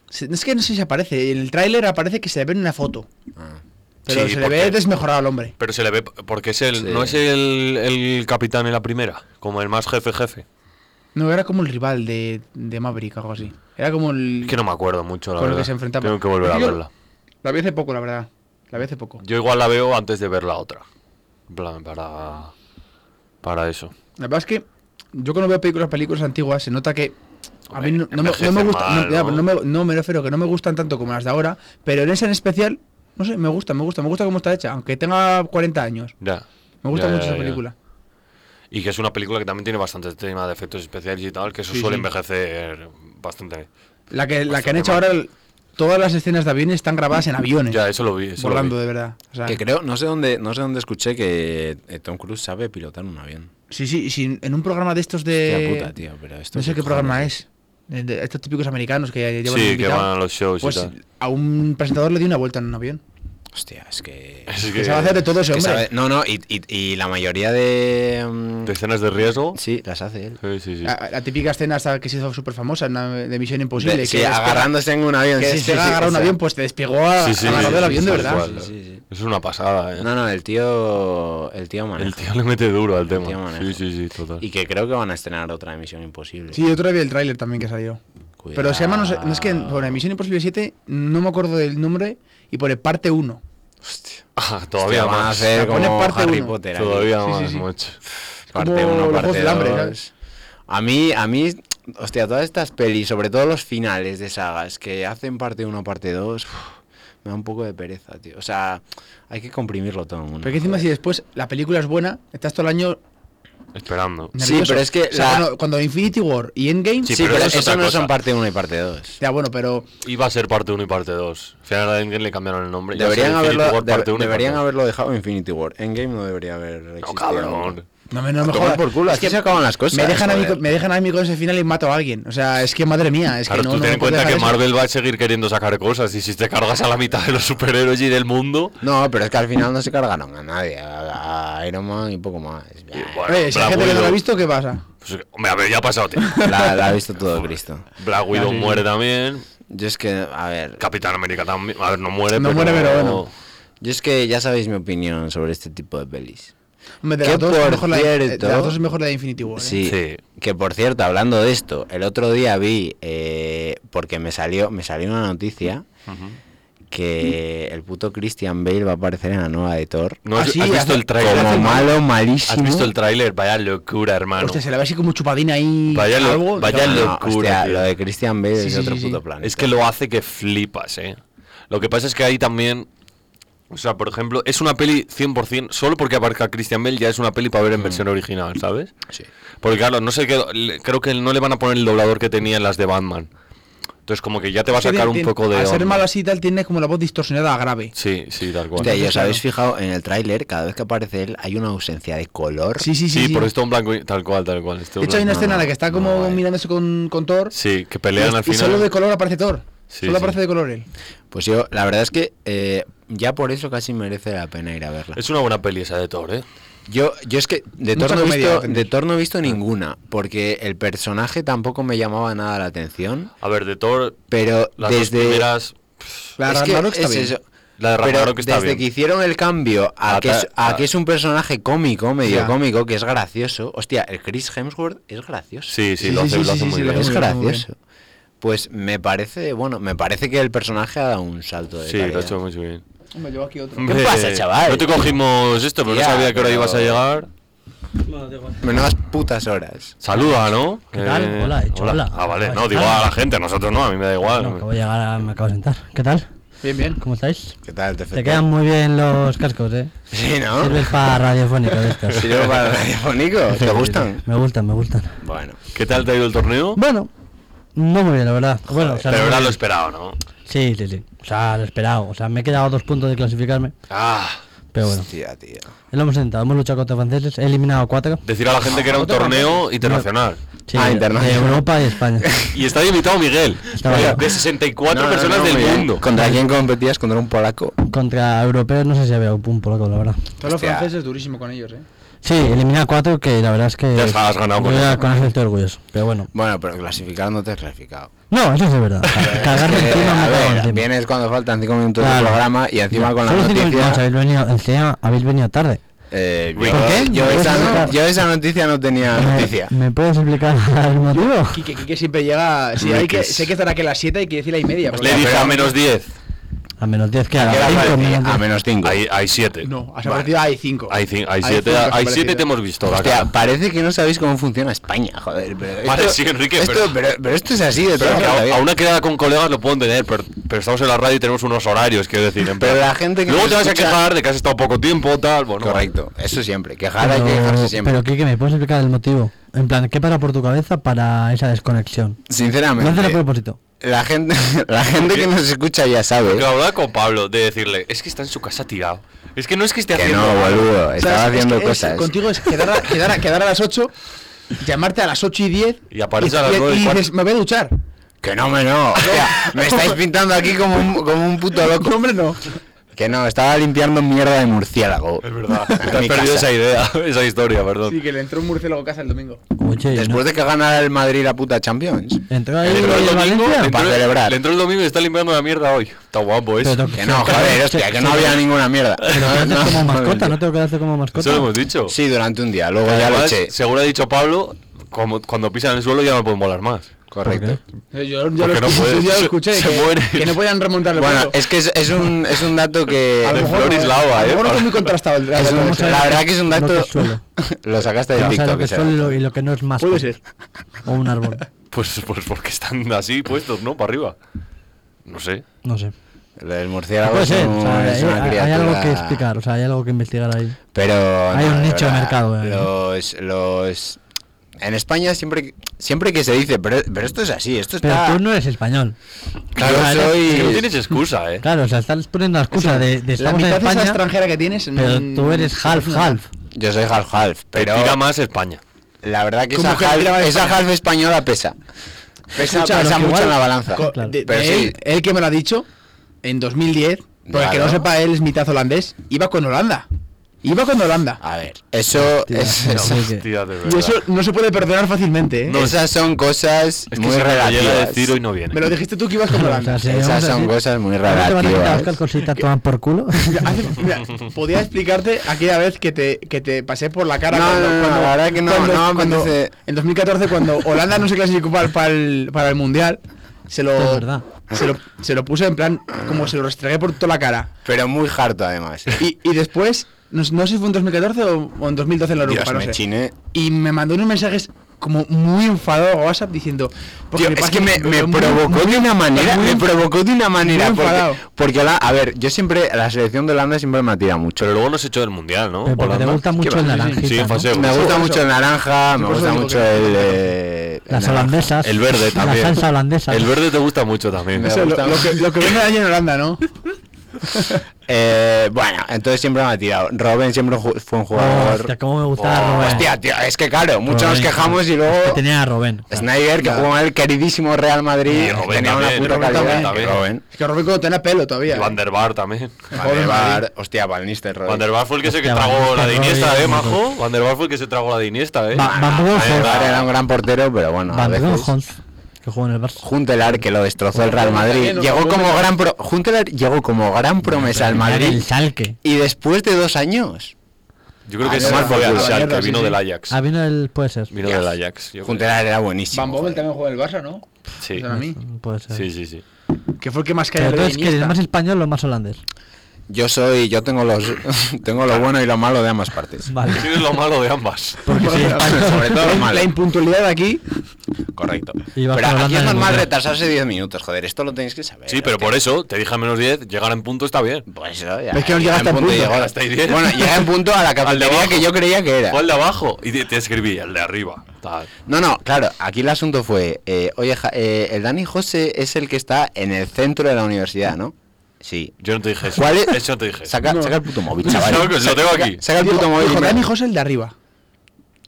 C: Se- Es que no sé si aparece. En el tráiler aparece que se le ve en una foto.
A: Ah.
C: Pero
B: Sí,
C: se le
B: porque-
C: ve desmejorado al hombre.
B: Pero se le ve porque es el,
A: Sí.
B: no es el, el capitán en la primera, como el más jefe jefe.
C: No, era como el rival de, de Maverick o algo así. Era como el.
B: Es que no me acuerdo mucho, la
C: Con el que
B: verdad.
C: se enfrentaba.
B: Tengo que volver a
C: Yo-
B: verla.
C: La vi hace poco, la verdad. La vi hace poco.
B: Yo igual la veo antes de ver la otra. En plan, para. Para eso.
C: La verdad es que yo cuando veo películas, películas antiguas, se nota que a mí no,
B: Hombre,
C: no me, no me
B: envejecen
C: gusta,
B: mal,
C: no, ya,
B: ¿no?
C: pero no me, no, me refiero que no me gustan tanto como las de ahora, pero en esa en especial, no sé, me gusta, me gusta, me gusta cómo está hecha, aunque tenga 40 años.
B: Ya.
C: Me gusta
B: Ya,
C: mucho
B: ya,
C: esa
B: ya.
C: película.
B: Y que es una película que también tiene bastante tema de efectos especiales y tal, que eso
C: Sí,
B: suele
C: sí.
B: envejecer bastante.
C: La que, la que han
B: Bastante
C: hecho
B: mal.
C: ahora, el- todas las escenas de aviones están grabadas en aviones,
B: Ya, eso lo vi. Eso lo
C: volando
B: vi.
C: de verdad. O sea,
A: Que creo, no sé dónde, no sé dónde escuché que eh, Tom Cruise sabe pilotar un avión.
C: sí, sí, sí, en un programa de estos
A: Hostia
C: de...
A: puta, tío, pero esto
C: Eh, no sé
A: es
C: qué programa
A: cojones.
C: es. de- de estos típicos americanos que llevan
B: Sí,
C: un
B: que
C: invitado.
B: van a los shows y
C: Pues
B: tal.
C: a un presentador le dio una vuelta en un avión.
A: Hostia, es que.
B: Es
C: Que sabe hacer de todo ese
A: que
C: Pues, hombre.
A: sabe- no, no, y, y- y la mayoría de. mm,
B: de escenas de riesgo.
A: sí, las hace él.
B: Sí, sí, sí.
C: La, la típica escena hasta que se hizo súper famosa de Misión Imposible.
A: De-
C: que
A: sí,
C: despega-
A: agarrándose en un avión.
C: Que
A: sí, sí,
C: despega,
A: sí,
C: agarra un
A: esa.
C: avión, pues te despegó a,
B: Sí, sí,
C: agarrado
B: sí,
C: del
B: sí,
C: avión de
B: tal
C: verdad.
B: cual.
A: Sí, sí, sí.
B: Es una pasada, ¿eh?
A: No, no, el tío. El tío maneja.
B: El tío le mete duro al
A: tío
B: tema.
A: maneja.
B: Sí, sí, sí, total.
A: Y que creo que van a estrenar otra emisión imposible.
C: Sí, otro vi el tráiler también que salió. Pero se llama, no, sé- no es que
A: Cuidado.
C: pone Misión Imposible 7, no me acuerdo del nombre, y pone parte 1.
B: Ah,
A: Hostia,
B: todavía
A: van a
B: más.
A: hacer
C: La pone
A: eh, como ¿eh?
C: parte
A: Harry
C: uno.
A: Potter. aquí.
B: Todavía
C: Sí, sí,
B: más,
C: sí.
B: mucho.
A: Parte
C: como
A: 1,
C: los
A: parte
C: Juegos del Hambre,
A: 2.
C: ¿sabes?
A: A mí, a mí, hostia, todas estas pelis, sobre todo los finales de sagas que hacen parte 1, parte 2, me da un poco de pereza, tío. O sea, hay que comprimirlo todo. Mundo,
C: Pero que encima, si después la película es buena, estás todo el año
B: Esperando.
C: nervioso.
A: pero es que
C: O sea,
A: la-
C: cuando, cuando Infinity War y Endgame.
A: Sí,
B: Sí,
A: pero,
B: pero
A: eso,
B: eso es otra
A: no son
B: cosa.
A: parte 1 y parte 2.
C: Ya, bueno, pero.
B: Iba a ser parte 1 y parte 2. Al final a Endgame le cambiaron el nombre. Iba a ser
A: Deberían,
B: Infinity
A: haberlo,
B: War parte
A: de-
B: uno y
A: deberían
B: parte dos.
A: haberlo dejado en Infinity War. Endgame no debería haber
B: No,
A: existido.
B: cabrón.
C: No me, no
A: A
C: me
A: tomar
C: jodas.
A: por culo,
C: Es
A: así
C: que
A: se acaban las cosas,
C: Me dejan, a mí,
A: joder.
C: con- me dejan a mí con ese final y mato a alguien. O sea, es que madre mía. Es que
B: Claro,
C: no,
B: tú
C: no
B: ten
C: me
B: en
C: puedo
B: cuenta
C: dejar
B: que
C: eso.
B: Marvel va a seguir queriendo sacar cosas. Y si te cargas a la mitad de los superhéroes y del mundo.
A: No, pero es que al final no se cargaron a nadie. A, a Iron Man y poco más.
B: y
A: Bah,
B: eh, bueno,
C: Oye, si hay
B: Black
C: gente que no lo ha
B: Widow-
C: visto, ¿qué pasa?
B: pues, hombre, a ver, ya ha pasado
C: <laughs>
B: tiempo.
A: La,
B: <laughs>
A: la ha visto todo Cristo.
B: Black Widow muere también.
A: Yo es que, a ver,
B: Capitán América también. A ver, no muere,
C: No
B: pero.
C: muere, pero bueno.
A: yo es que ya sabéis mi opinión sobre este tipo de pelis.
C: Hombre, de
A: Que
C: las dos, es
A: por
C: mejor la de, de
A: cierto-
C: las dos es mejor la de Infinity War. ¿eh?
A: Sí,
B: Sí.
A: Que por cierto, hablando de esto, el otro día vi, eh, porque me salió, me salió una noticia que el puto Christian Bale va a aparecer en la nueva de Thor.
B: No, has,
C: Ah, sí,
B: has visto
C: hace-
B: el tráiler.
A: Como malo,
B: Has
A: malísimo.
B: visto el tráiler. Vaya locura, hermano.
C: Hostia, se la ve así como chupadina ahí.
B: Vaya lo-
C: algo,
B: vaya
C: digamos.
A: No, no,
B: locura,
A: hostia,
B: tío.
A: lo de Christian Bale
C: Sí,
A: es
C: sí,
A: otro
C: sí, sí.
A: puto planeta.
B: Es que lo hace que flipas, ¿eh? Lo que pasa es que ahí también... O sea, por ejemplo, es una peli 100%, solo porque aparca Christian Bale ya es una peli para ver en
C: Mm.
B: versión original, ¿sabes?
A: Sí.
B: Porque claro, no sé qué, le- creo que no le van a poner el doblador que tenía en las de Batman. Entonces, como que ya te va a
C: Sí,
B: sacar
C: tiene-
B: un
C: tiene-
B: poco de.
C: Al ser
B: onda.
C: malo así y tal, tiene como la voz distorsionada a grave.
B: Sí, sí, tal cual.
A: Hostia, y os
C: claro.
A: habéis fijado, en el tráiler, cada vez que aparece él, hay una ausencia de color.
C: Sí, sí, sí.
B: Sí,
C: sí.
B: por esto en blanco y tal cual, tal cual. esto
C: De hecho,
B: blanco-
C: hay una escena en la que está como
A: No, vale.
C: mirándose con, con Thor.
B: Sí, que
C: y,
B: pelean al
C: y solo
B: final.
C: de color aparece Thor.
B: Sí, sí.
C: solo aparece de color él.
A: Pues yo, la verdad es que eh, ya por eso casi merece la pena ir a verla.
B: Es una buena peli esa de Thor, ¿eh?
A: Yo, yo es que de
C: Mucha
A: Thor, no he
C: comedia
A: visto,
C: va a tener.
A: de Thor no he
B: Ah.
A: visto ninguna, porque el personaje tampoco me llamaba nada la atención,
B: A ver, de Thor,
A: pero
B: las dos
A: desde...
B: primeras.
C: La
A: es que
C: Ragnarok está
A: es
C: bien.
A: eso.
B: La de
A: Pero
B: Ragnarok está
A: desde
B: bien.
A: que hicieron el cambio a,
B: A
A: que, es,
B: ta-
A: a
B: a-
A: que es un personaje cómico, medio
C: Ya.
A: cómico, que es gracioso. Hostia, el Chris Hemsworth es gracioso.
B: Sí, sí,
C: Sí,
B: lo
C: sí,
B: hace,
C: sí,
B: lo hace
C: sí,
B: muy
C: sí, lo
B: bien.
A: es
C: hace muy bien, muy
A: gracioso. Pues me parece, bueno, me parece que el personaje ha dado un salto de
B: Sí, lo ha
A: calidad.
B: hecho muy bien.
C: Me llevo aquí otro.
B: Hombre,
A: pasa, chaval?
B: No te cogimos esto, pero
A: Ya,
B: no sabía que hora
A: pero-
B: ibas a llegar.
A: Menudas putas horas.
B: Saluda, ¿no?
I: ¿Qué tal? Hola, he dicho hola.
B: Ah, vale,
I: Acabo
B: no,
I: de
B: digo
I: llegar.
B: a la gente, a nosotros no, a mí me da igual.
I: No, acabo de llegar, a- me acabo de sentar. ¿Qué tal?
C: Bien, bien.
I: ¿Cómo estáis?
A: ¿Qué tal? Te,
I: Te quedan muy bien los cascos, ¿eh?
A: <laughs> Sí, ¿no?
I: Sirven
A: <laughs>
I: para radiofónicos estos.
A: ¿Ah? Sí, yo para el
B: <laughs>
A: radiofónico.
I: Sí,
A: ¿Te gustan?
I: <laughs> Me gustan, me gustan.
A: Bueno.
B: ¿Qué tal te ha ido el torneo?
I: Bueno, no muy bien, la verdad. Bueno, o sea,
B: Pero
I: no-
B: era lo esperado, ¿no?
I: Sí, sí, sí. O sea, lo esperado. O sea, me he quedado a dos puntos de clasificarme.
B: Ah,
I: Pero bueno,
A: Hostia, tío.
I: lo hemos intentado. Hemos luchado contra franceses. He eliminado a cuatro.
B: decir a la gente que era un torneo internacional.
I: Sí,
A: Ah,
I: de-
A: internacional.
I: De Europa
A: <laughs>
I: y España.
B: Y está invitado Miguel,
I: Estaba yo.
B: de 64
A: No, no,
B: personas
A: no,
B: del
A: muy bien.
B: mundo.
A: ¿Contra quién competías? ¿Contra un polaco?
I: contra europeos no sé si había un polaco, la verdad.
C: Todos los
A: Hostia.
C: franceses durísimo con ellos, ¿eh?
I: Sí, eliminé a cuatro que la verdad es que...
B: Ya está, has ganado con
I: yo ya
B: eso.
I: Con eso estoy orgulloso. Pero bueno.
A: Bueno, pero clasificar no te has
I: <laughs>
A: clasificado.
I: No, eso sí es verdad.
A: <laughs>
I: O sea, Cagarme
A: Eh,
I: encima
A: a
I: me cago
A: ver,
I: encima.
A: vienes cuando faltan 5 minutos
I: Claro.
A: de programa y encima con la
I: Solo cinco minutos,
A: noticia.
I: habéis venido, encima habéis venido tarde.
A: eh,
B: ¿Por
A: yo-
I: qué?
A: Yo
I: Me
A: esa,
I: puedes
A: no-
I: explicar.
A: yo esa noticia no tenía noticia.
I: ¿Me, me puedes explicar <laughs> el motivo?
C: Quique, Quique siempre llega. Si hay que,
B: Quiques.
C: si hay que estar aquí a las 7 hay que decir la y media. porque-
B: Le dije a menos 10.
I: A menos 10 que a
A: ¿Qué era
I: las cinco,
A: para ti?
I: menos
A: A
I: 10.
A: menos 5.
B: Hay, hay siete.
C: No, has
A: Vale.
C: aparecido hay 5.
B: Hay, cin- hay siete, hay siete te hemos visto. la
A: Hostia,
B: cara.
A: parece que no sabéis cómo funciona España, joder. Pero esto,
B: Vale, sí, Enrique,
A: esto-
B: pero-
A: pero... pero esto es así de toda
B: Pero es que
A: la
B: a,
A: vida.
B: a una quedada con colegas lo puedo entender, pero, pero estamos en la radio y tenemos unos horarios, quiero decir. en
A: Pero
B: plan-
A: la gente que
B: Luego
A: nos
B: te vas a
A: escucha-
B: quejar de que has estado poco tiempo, tal. Bueno,
A: Correcto, eso siempre. Quejar hay que
I: Pero,
A: quejarse siempre.
I: pero Kike, ¿me puedes explicar el motivo? En plan, ¿qué para por tu cabeza para esa desconexión? No haces a
A: Sinceramente,
I: propósito.
A: la gente, <laughs> la gente que nos escucha ya sabe.
B: Porque hablaba con Pablo de decirle, es que está en su casa tirado. Es que no es que esté
A: Que
B: haciendo.
A: no,
B: algo".
A: boludo. Estaba haciendo cosas.
C: contigo es quedar a, quedar, a, quedar a las 8, llamarte a las 8 y 10.
B: Y apareces a las
C: y-
B: nueve y
C: y
B: cuarto.
C: dices, me voy
B: <laughs>
C: a duchar.
A: Que no, me no. Hostia, me estáis pintando aquí como un, como un puto loco.
C: No, hombre, no.
A: Que no, estaba limpiando mierda de murciélago.
B: Es verdad.
A: <laughs> En
B: Te has
A: mi
B: perdido
A: casa.
B: esa idea, <laughs> esa historia, perdón.
C: Sí, que le entró un murciélago a casa el domingo.
I: Oye,
A: Después
I: ¿no?
A: de que ganara el Madrid la puta Champions.
I: entró ahí
B: Entró el
I: el
B: domingo,
I: Valencia.
B: entró-
A: Para celebrar.
B: le entró el domingo y está limpiando la mierda hoy. Está guapo eso.
I: Pero-
A: Que no, <laughs> joder, hostia, que no había ninguna mierda. <laughs> No,
I: Antes
A: no,
I: como
A: no,
I: mascota, no tengo que hacer como
B: Eso lo
I: mascota.
B: hemos dicho.
A: Sí, durante un día, luego ya lo
B: Además,
A: eché.
B: según ha dicho Pablo, como, cuando pisan el suelo ya no pueden volar más.
A: Correcto.
C: Yo, Eh, yo lo,
B: Porque no
C: escuché-
B: puedes.
C: yo lo
B: Se-
C: escuché.
B: se
C: que,
B: mueren.
C: que no podían remontar el
A: Bueno,
C: punto.
A: es que es, es un, es un dato que.
B: <laughs>
C: A lo
B: de
C: mejor
B: Floris
C: no-
B: Lava,
C: a
B: eh,
C: lo mejor no
B: para-
C: fue muy contrastado el
A: es un-
I: Vamos a ver
A: la verdad que es un
I: lo que
A: dato.
I: es suelo.
A: <laughs> lo sacaste de
I: O sea, lo
A: TikTok.
I: que es
A: ese
I: sol y
A: dato.
I: lo, y lo que no es más.
C: Puede ser.
I: O un árbol.
B: Pues, pues porque están así puestos, ¿no? Para arriba. No sé.
I: No sé.
A: Lo del murciélago
I: Puede
A: es,
I: ser.
A: un-
I: o sea,
A: es
I: hay,
A: una
I: hay- hay algo que
A: criatura-
I: explicar. O sea, hay algo que investigar ahí.
A: Pero
I: Hay
A: no,
I: un
A: de
I: nicho de
A: verdad,
I: mercado, eh.
A: Los, los en España siempre que- siempre que se dice, pero, pero esto es así, esto
I: Pero
A: está
I: tú no eres español.
A: Claro,
I: Claro,
B: Es que no
A: soy
B: tienes excusa, ¿eh?
I: Claro, o sea, estás poniendo la excusa de, de
C: La
I: estamos en
C: mitad de esa
I: España,
C: extranjera que tienes.
I: pero
C: mm,
I: tú eres half, half.
A: yo soy half half, pero
B: Pero tira más España.
A: la verdad que
C: ¿Cómo
A: esa
C: que tira
A: half,
C: más
A: esa
C: España?
A: half española pesa. Pesa,
C: Escucha,
A: pesa
C: lo que
A: mucho en
C: igual-
A: la balanza.
C: Co-
I: Claro.
C: de-
A: Pero
C: de
A: sí.
C: él, él que me lo ha dicho, en 2010, porque el que
A: Claro.
C: no sepa, él es mitad holandés, iba con Holanda. Iba con Holanda.
A: A ver, eso es-
I: no,
A: eso-
I: sí que-
B: Hostia, de
C: Y
B: verdad.
C: eso no se puede perdonar fácilmente, ¿eh?
B: No,
A: esas son cosas
B: es que
A: muy
B: se me llega
A: relativas.
B: de tiro y no viene.
C: Me lo dijiste tú que ibas con
I: Claro,
C: Holanda.
I: o sea,
A: Esas
I: Vamos a
A: son
I: decir-
A: cosas muy
I: ¿No te van a ir a buscar
A: relativas.
I: cositas, toman por culo?
C: Mira, hace- mira, podía explicarte aquella vez que te, que te pasé por la cara
A: No,
C: cuando,
A: no, no,
C: cuando-
A: la verdad que no,
C: cuando-
A: no me
C: cuando-
A: apetece.
C: en 2014 cuando Holanda no se clasificó para, para el, para el mundial se lo,
I: Es verdad.
C: se lo se lo puse en plan como se lo restregué por toda la cara
A: Pero muy harto
C: <laughs>
A: además.
C: Y, y después, no, no sé si fue en 2014 o, o en 2012 en la Europa,
A: Dios
C: no
A: me
C: sé.
A: chine.
C: Y me mandó unos mensajes como muy enfadado a WhatsApp diciendo. porque
A: Tío,
C: mi
A: es que me,
C: página
A: me
C: veo muy-
A: provocó de
C: <laughs>
A: una manera,
C: muy
A: me
C: enf-
A: provocó de una manera,
C: muy enfadado.
A: porque, porque la- a ver, yo siempre, la selección de Holanda siempre me atira mucho.
B: Pero luego no se echó del mundial, ¿no?
I: Pero porque te
B: Holanda. <laughs>
I: gusta mucho el
C: va, sí, sí.
I: naranjita,
B: Sí,
I: ¿no?
B: fase-
A: Me
B: Sí,
A: gusta
C: por
A: mucho
C: eso.
A: el naranja, me
C: por eso
A: gusta
C: digo
A: mucho
C: que-
A: el... eh,
I: Las
A: el naranja.
I: holandesas.
B: El verde también.
I: La salsa holandesa.
B: El verde te gusta mucho también.
A: Me
C: O sea, lo,
A: gusta
C: lo
A: mucho.
C: que, lo que vende allí en Holanda, ¿no?
A: Eh, bueno, entonces siempre me ha tirado. Robin siempre ju- fue un jugador...
I: Oh, Hostia, cómo me gustaba
A: Oh,
I: Robben.
A: hostia, tío, es que claro, muchos nos
I: Robben,
A: quejamos y
I: es que
A: luego...
I: tenía a Robben. claro.
A: Snyder, que jugó en el queridísimo Real Madrid,
B: Y Robben
A: tenía una
B: también,
A: puta
B: Robben
A: calidad.
B: también.
A: Robben.
C: Es que Robin cuando tenía pelo todavía. ¿eh?
B: Y Van der Bar también.
A: Van der Vaart, hostia, Van Nistelrooy.
B: Van der Bar fue el que se que
I: Hostia,
B: tragó
I: Van
B: la de
I: Nistelrooy,
B: Iniesta, ¿eh,
I: muy
B: majo? Van der Bar fue el que se tragó la de Iniesta, ¿eh?
I: Va- Van Bronckhorst.
B: Ahí
A: Vaart
B: va.
A: era un gran portero, pero bueno, a
I: Van
A: veces...
I: Bronckhorst, que jugó en el Barça.
A: Juntelar, que lo destrozó el Real Madrid,
C: no,
A: llegó
C: no,
A: como
C: no.
A: gran pro- Juntelar llegó como gran promesa al
I: El
A: Madrid
I: Salque.
A: y después de dos años.
B: Yo creo que
A: A
B: ese
A: tomar por
B: fue el
A: culo.
B: Schalke,
C: Sí,
B: vino
C: sí.
B: del Ajax.
I: Ah, vino el. Puede ser.
B: Vino del Ajax. yo creo.
A: Juntelar era buenísimo.
C: Van Bommel
A: joder.
C: también juega en el Barça, ¿no?
B: Sí.
C: Para mí.
I: Puede ser.
B: Sí, sí, sí.
C: Que fue el que más
I: Pero
C: caía
I: tú
C: de
I: es que eres
C: Iniesta. <laughs>
I: más español o más holandés.
A: Yo soy, yo tengo los <laughs> tengo lo bueno y lo malo de ambas partes.
I: Vale.
B: Sí, es lo malo de ambas.
I: <laughs> Porque si es
A: Sobre todo lo
C: <laughs> La-
A: malo.
C: La impuntualidad aquí.
A: Correcto.
I: Y vas
A: Pero
I: a
A: aquí
I: Holanda
A: es
I: en el
A: normal
I: Mundial.
A: retrasarse 10 minutos, joder, esto lo tenéis que saber.
B: Sí, pero
A: Eh, hostia.
B: por eso te dije a menos 10, llegar en punto está bien.
A: Pues eso, ya.
C: Es que no
A: llega
C: llegaste
A: en
C: al punto.
A: llegó.
B: Hasta ahí bien.
A: Bueno, llega en punto a la
B: abajo.
A: cafetería que yo creía que era.
B: ¿Cuál de abajo? Y te, te escribí, el de arriba. Tal.
A: No, no, claro, aquí el asunto fue, eh, oye, Ja- eh, el Dani José es el que está en el centro de la universidad, ¿no? Sí.
B: Yo no te dije eso.
A: ¿Cuál es?
B: Eso te dije.
A: Saca, saca el puto móvil, chaval.
B: No, que lo tengo aquí.
A: Saca el
C: Dijo-
A: puto móvil.
C: dijo,
A: y me-
C: Dani José el de arriba.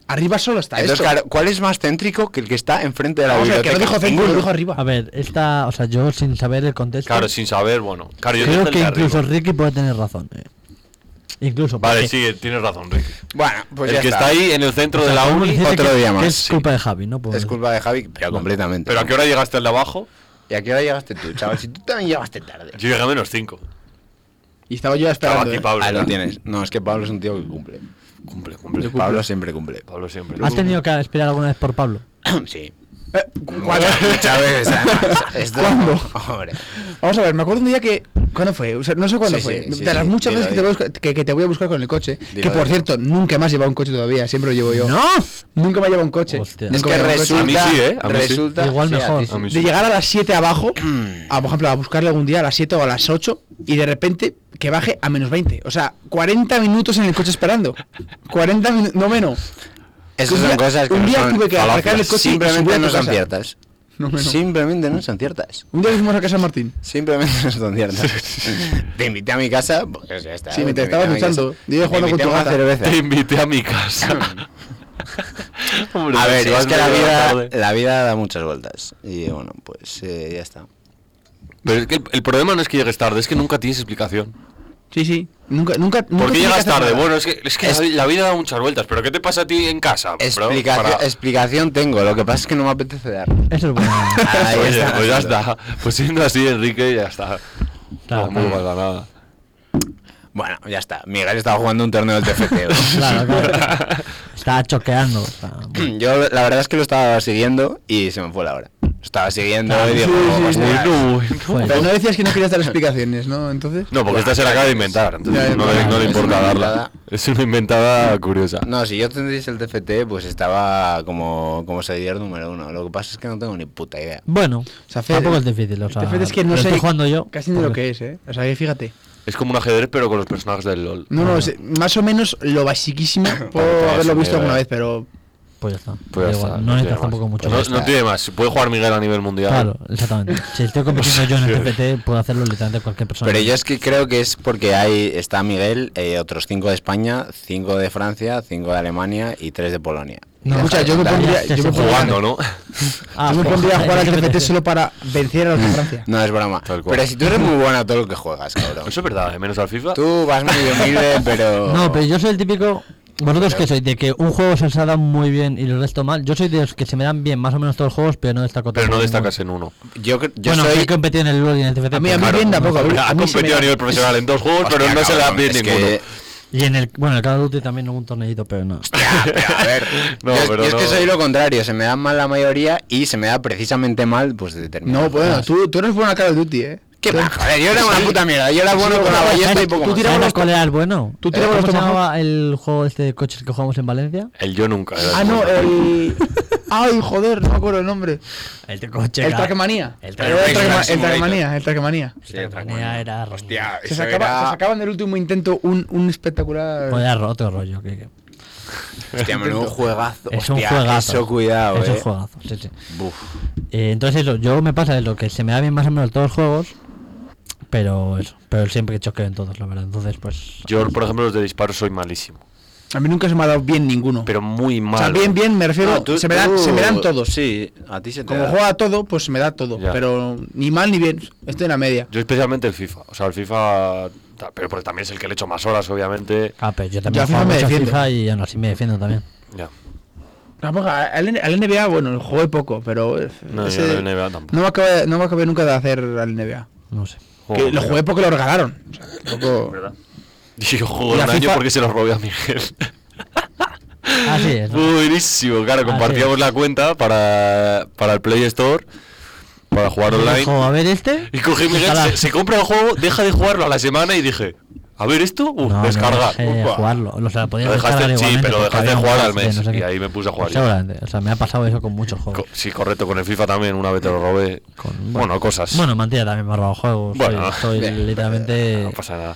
C: Arriba solo está
A: Entonces,
C: esto.
A: claro, ¿cuál es más céntrico que el que está enfrente de la
C: Vamos a ver, que
A: biblioteca?
C: no dijo centro, lo
A: Ninguno.
C: dijo arriba.
I: A ver, esta. O sea, yo sin saber el contexto.
B: Claro, sin saber, bueno. Claro, yo te
I: creo
B: dije
I: que
B: el de
I: incluso
B: arriba.
I: Ricky puede tener razón. eh. Incluso.
B: Vale,
I: porque-
B: sí, tienes razón, Rick.
A: Bueno, pues
B: el
A: ya
B: que
A: está.
B: está. ahí en el centro
I: o sea,
B: de la
I: podemos
B: uni.
I: decirte
A: otro
I: que-
A: día más,
I: que es
B: sí.
I: culpa de Javi, ¿no? Pues-
A: Es culpa de Javi, pero completamente.
B: ¿Pero a qué hora llegaste el de abajo?
A: ¿Y a qué hora llegaste tú, chaval? Si tú también llegaste tarde.
B: Yo llegué a menos 5.
C: Y estaba yo
B: Estaba
C: esperando.
B: aquí
C: ¿eh?
B: Pablo.
A: Ahí Ah, lo tienes. No, es que Pablo es un tío que cumple.
B: Cumple, cumple.
A: Pablo siempre cumple. <clears throat>
B: Pablo siempre.
I: ¿Has tenido que esperar alguna vez por Pablo?
A: sí.
C: Eh, ¿cuándo?
A: Muchas veces, además. Esto-
C: ¿Cuándo?
A: Hombre.
C: Vamos a ver, me acuerdo un día que. ¿Cuándo fue? O sea, no sé cuándo
A: Sí,
C: fue.
A: sí, sí,
C: de las
A: sí,
C: muchas
A: dilo,
C: veces que te,
A: dilo.
C: voy a buscar- que- que te voy a buscar con el coche. que por
A: dilo.
C: cierto, nunca me has llevado un coche todavía. Siempre lo llevo yo. ¡No! Nunca me ha llevado un coche.
I: Hostia.
C: Nunca
A: Es
C: me
A: que
C: ha llevado un coche.
A: resulta.
B: A mí sí, ¿eh? A mí sí.
A: resulta
I: Igual
A: sí, a ti
I: mejor.
A: sí.
B: <laughs> A mí sí.
C: De llegar a las
B: <clears throat>
C: 7 abajo, a, por ejemplo, a buscarle algún día a las 7 o a las 8, y de repente que baje a menos 20. O sea, 40 minutos en el coche esperando. 40 minutos, no menos.
A: Esas
C: Un
A: son
C: día-
A: cosas que
C: un
A: no
C: día
A: son
C: tuve que arrancar
A: falacias.
C: el coche y subir
A: Simplemente
C: a
A: no
C: tu
A: son
C: casa.
A: ciertas.
C: No menos.
A: Simplemente no son ciertas.
C: Un día que fuimos a casa de Martín.
A: Simplemente no son ciertas. te invité a mi casa. Porque ya está,
C: Sí, me
A: invité
C: te estabas
A: a mi casa.
C: duchando. Yo iba
A: Te
C: jugando con
A: invité
C: tu
A: a una
C: gata.
A: cerveza.
B: Te invité a mi casa. Hombre,
A: A ver,
B: si
A: es
B: has
A: que la
B: venido
A: vida,
B: tarde.
A: la vida da muchas vueltas. Y bueno, pues eh, ya está.
B: Pero es que el, el problema no es que llegues tarde, es que nunca tienes explicación.
C: Sí, sí. Nunca, nunca. nunca
B: ¿Por qué
C: tenía que
B: llegas
C: hacer
B: tarde?
C: nada.
B: Bueno, es que, es que
A: Es-
B: la vida da muchas vueltas, pero ¿qué te pasa a ti en casa? bro?
A: Explicación,
B: Para-
A: explicación tengo. Lo que pasa es que no me apetece dar.
I: Eso
B: <laughs>
I: es bueno.
A: Ahí
B: Oye,
A: está.
B: pues ya está. Pues siendo así, Enrique, ya está.
I: Claro,
B: no, no
I: claro.
B: pasa nada.
A: Bueno, ya está. Miguel estaba jugando un torneo del TFT. <laughs> ¿no?
B: <laughs>
I: Claro, claro. Está choqueando. o sea,
A: <clears throat> Yo la verdad es que lo estaba siguiendo y se me fue la hora. Estaba siguiendo y digo,
C: Sí, sí, sí.
A: "Hostia".
I: fue.
C: Pero no decías que
B: <laughs>
C: no querías dar explicaciones, ¿no? Entonces.
B: No, porque esta se la acaba de inventar. entonces
C: Ya, ya,
B: no,
C: ya,
B: le, no le
A: es
B: importa
A: una
B: darla.
A: inventada.
B: Es una inventada curiosa.
A: No, si yo tendréis el TFT, pues estaba como, como seguidor número uno. Lo que pasa es que no tengo ni puta idea.
I: Bueno,
C: O sea, este Fede-
I: tampoco es difícil. O sea,
C: Te fíjate, es que no
I: lo
C: sé
I: estoy jugando yo. pues,
C: casi ni lo que es, ¿eh? O sea, que fíjate.
B: Es como un ajedrez, pero con los personajes del LOL.
C: No,
I: Ah.
C: no, es- más o menos lo basiquísimo.
B: Para que te
C: Puedo
B: hagas
C: haberlo
B: una
C: visto alguna
B: idea.
C: vez, pero
I: Pues ya está.
B: Pues ya
I: Da
B: está,
I: igual, no necesitas
B: tiene
I: tampoco
B: más. Pues
I: mucho.
B: No,
I: más.
B: no tiene más. Puede jugar Miguel a nivel mundial.
I: Claro, exactamente. Si estoy compitiendo yo en
B: <laughs>
I: el TPT, puedo hacerlo literalmente cualquier persona.
A: Pero yo es que creo que es porque hay está Miguel, eh, otros cinco de España, cinco de Francia, cinco de Alemania y tres de Polonia.
I: No,
C: escucha, yo me
I: ya
C: pondría-
I: sé
C: yo me
I: si-
C: pondría-
B: Jugando, ¿no?
I: Ah,
C: yo me
I: pues,
C: pondría a jugar al
I: eh,
C: TFT solo para vencer a
I: <laughs>
C: los de Francia.
A: No es broma.
B: Tal cual.
A: Pero si tú eres muy bueno a todo lo que juegas,
B: <laughs>
A: cabrón.
B: Eso es verdad, ¿eh? menos al FIFA.
A: Tú vas muy
I: <laughs>
A: humilde, pero.
I: No, pero yo soy el típico. Vosotros que sois de que un juego se os ha dado muy bien y el resto mal. Yo soy de los que se me dan bien más o menos todos los juegos, pero no destaco
B: Pero no
I: tanto en
B: destacas en uno.
A: Yo, cre- yo
I: ninguno. bueno,
A: soy.
I: he competido en el LoL y en el TFT.
C: A mí-
I: pero-
C: a mí bien tampoco, a mí-
B: Ha
C: a mí se me
B: competido
C: da-
B: a nivel profesional en dos juegos,
A: Hostia,
B: pero no se le da
A: cabrón,
B: bien
A: es que-
B: ninguno.
I: Y en el, bueno, el Call of Duty también hubo un torneito,
C: <laughs>
I: pero no.
A: <laughs> A ver,
B: No,
A: yo, es-
B: pero
A: yo es que
B: no.
A: soy lo contrario, se me dan mal la mayoría y se me da precisamente mal, pues de determinado.
C: No, bueno, tú, tú eres bueno a Call of Duty, ¿eh?
A: ¿Qué
I: pues,
A: va, joder? Yo era una puta mierda. Yo era bueno con la ballesta y poco
C: Tú
A: más.
C: tirabas
I: ¿Sabes
C: los
I: cuál
C: to-
I: era el bueno?
C: tú
I: ¿Cómo
C: tirabas los
I: se
C: tomahawks.
I: llamaba el juego este de coches que jugamos en Valencia?
B: El yo nunca. era
C: Ah,
B: el
C: no,
B: nunca.
C: el. Ay, joder, no me acuerdo el nombre.
I: El de coche.
C: El Trackmania. Era
I: El Trackmania.
C: El Trackma- el
A: Simulator.
C: Trackmania, el Trackmania.
A: Sí, otra
I: Trackmania
A: coña.
I: era-
A: Hostia,
C: Se
A: eso
C: sacaba,
A: era-
C: se sacaba del último intento un, un espectacular.
I: Joder, Pues era roto rollo. que- que-
A: Hostia, menudo juegazo.
I: Es un
A: Hostia,
I: juegazo.
A: Eso, cuidado,
I: Es un
A: eh.
I: juegazo, sí, sí.
A: Buf.
I: Eh, entonces eso, yo me pasa de lo que se me da bien más o menos todos los juegos, pero eso, pero siempre que choqueo en todos, la verdad. Entonces, pues
B: Yo, por ejemplo, los de disparo soy malísimo.
C: A mí nunca se me ha dado bien ninguno.
B: Pero muy
C: o
B: mal.
C: sea, bien, bien, me refiero.
A: No, tú-
C: se, me dan,
A: tú-
C: se me dan todos.
A: Sí, a ti se te
C: Como
A: da.
C: juega a todo, pues se me da todo.
B: Ya.
C: Pero ni mal ni bien. Estoy en la media.
B: Yo especialmente el FIFA. O sea, el FIFA... ta- Pero porque también es el que le echo más horas, obviamente.
I: ah, pero
C: Yo
I: yo también
C: a
I: juego
C: FIFA me
I: mucho a
C: defiendo.
I: FIFA y aún así me defiendo también.
B: Ya.
C: Ah, pues, a- Al, N- al NBA, bueno, jugué poco, pero. eh,
B: No,
C: ese-
B: yo no NBA tampoco.
C: no me acabé, no me acabé nunca de hacer al NBA.
I: No sé.
C: que lo
B: Joder,
C: jugué porque lo regalaron. O sea, tampoco-
B: ¿verdad? Y yo juego
C: Y
B: un
C: a
B: año
C: FIFA
B: porque se los robé a
I: <laughs>
B: Miguel. <laughs>
I: Así Ah, es. ¿no?
B: Fue buenísimo, claro,
I: Ah,
B: compartíamos
I: es.
B: la cuenta para, para el Play Store, para jugar online.
I: Ojo, a ver este.
B: Y cogí Miguel,
I: Ojalá.
B: se, se compra el juego, deja de jugarlo a la semana y dije, a ver esto, uh,
I: No, no
B: descargar.
I: dejé de
B: Upa.
I: jugarlo. O sea, podía
B: Lo dejaste-
I: descargar
B: sí,
I: igualmente
B: pero lo
I: porque
B: dejaste
I: había
B: jugar
I: un
B: al
I: mes de
B: mes
I: qué.
B: y ahí me puse a jugar yo.
I: Seguramente. O sea, me ha pasado eso con muchos juegos.
B: Co- sí, correcto, con el FIFA también una vez te lo robé.
I: Con-
B: bueno, cosas.
I: Bueno, mentira, también me ha robado juegos. soy-
B: Bueno. <laughs> pues,
I: soy, literalmente.
B: no pasa nada.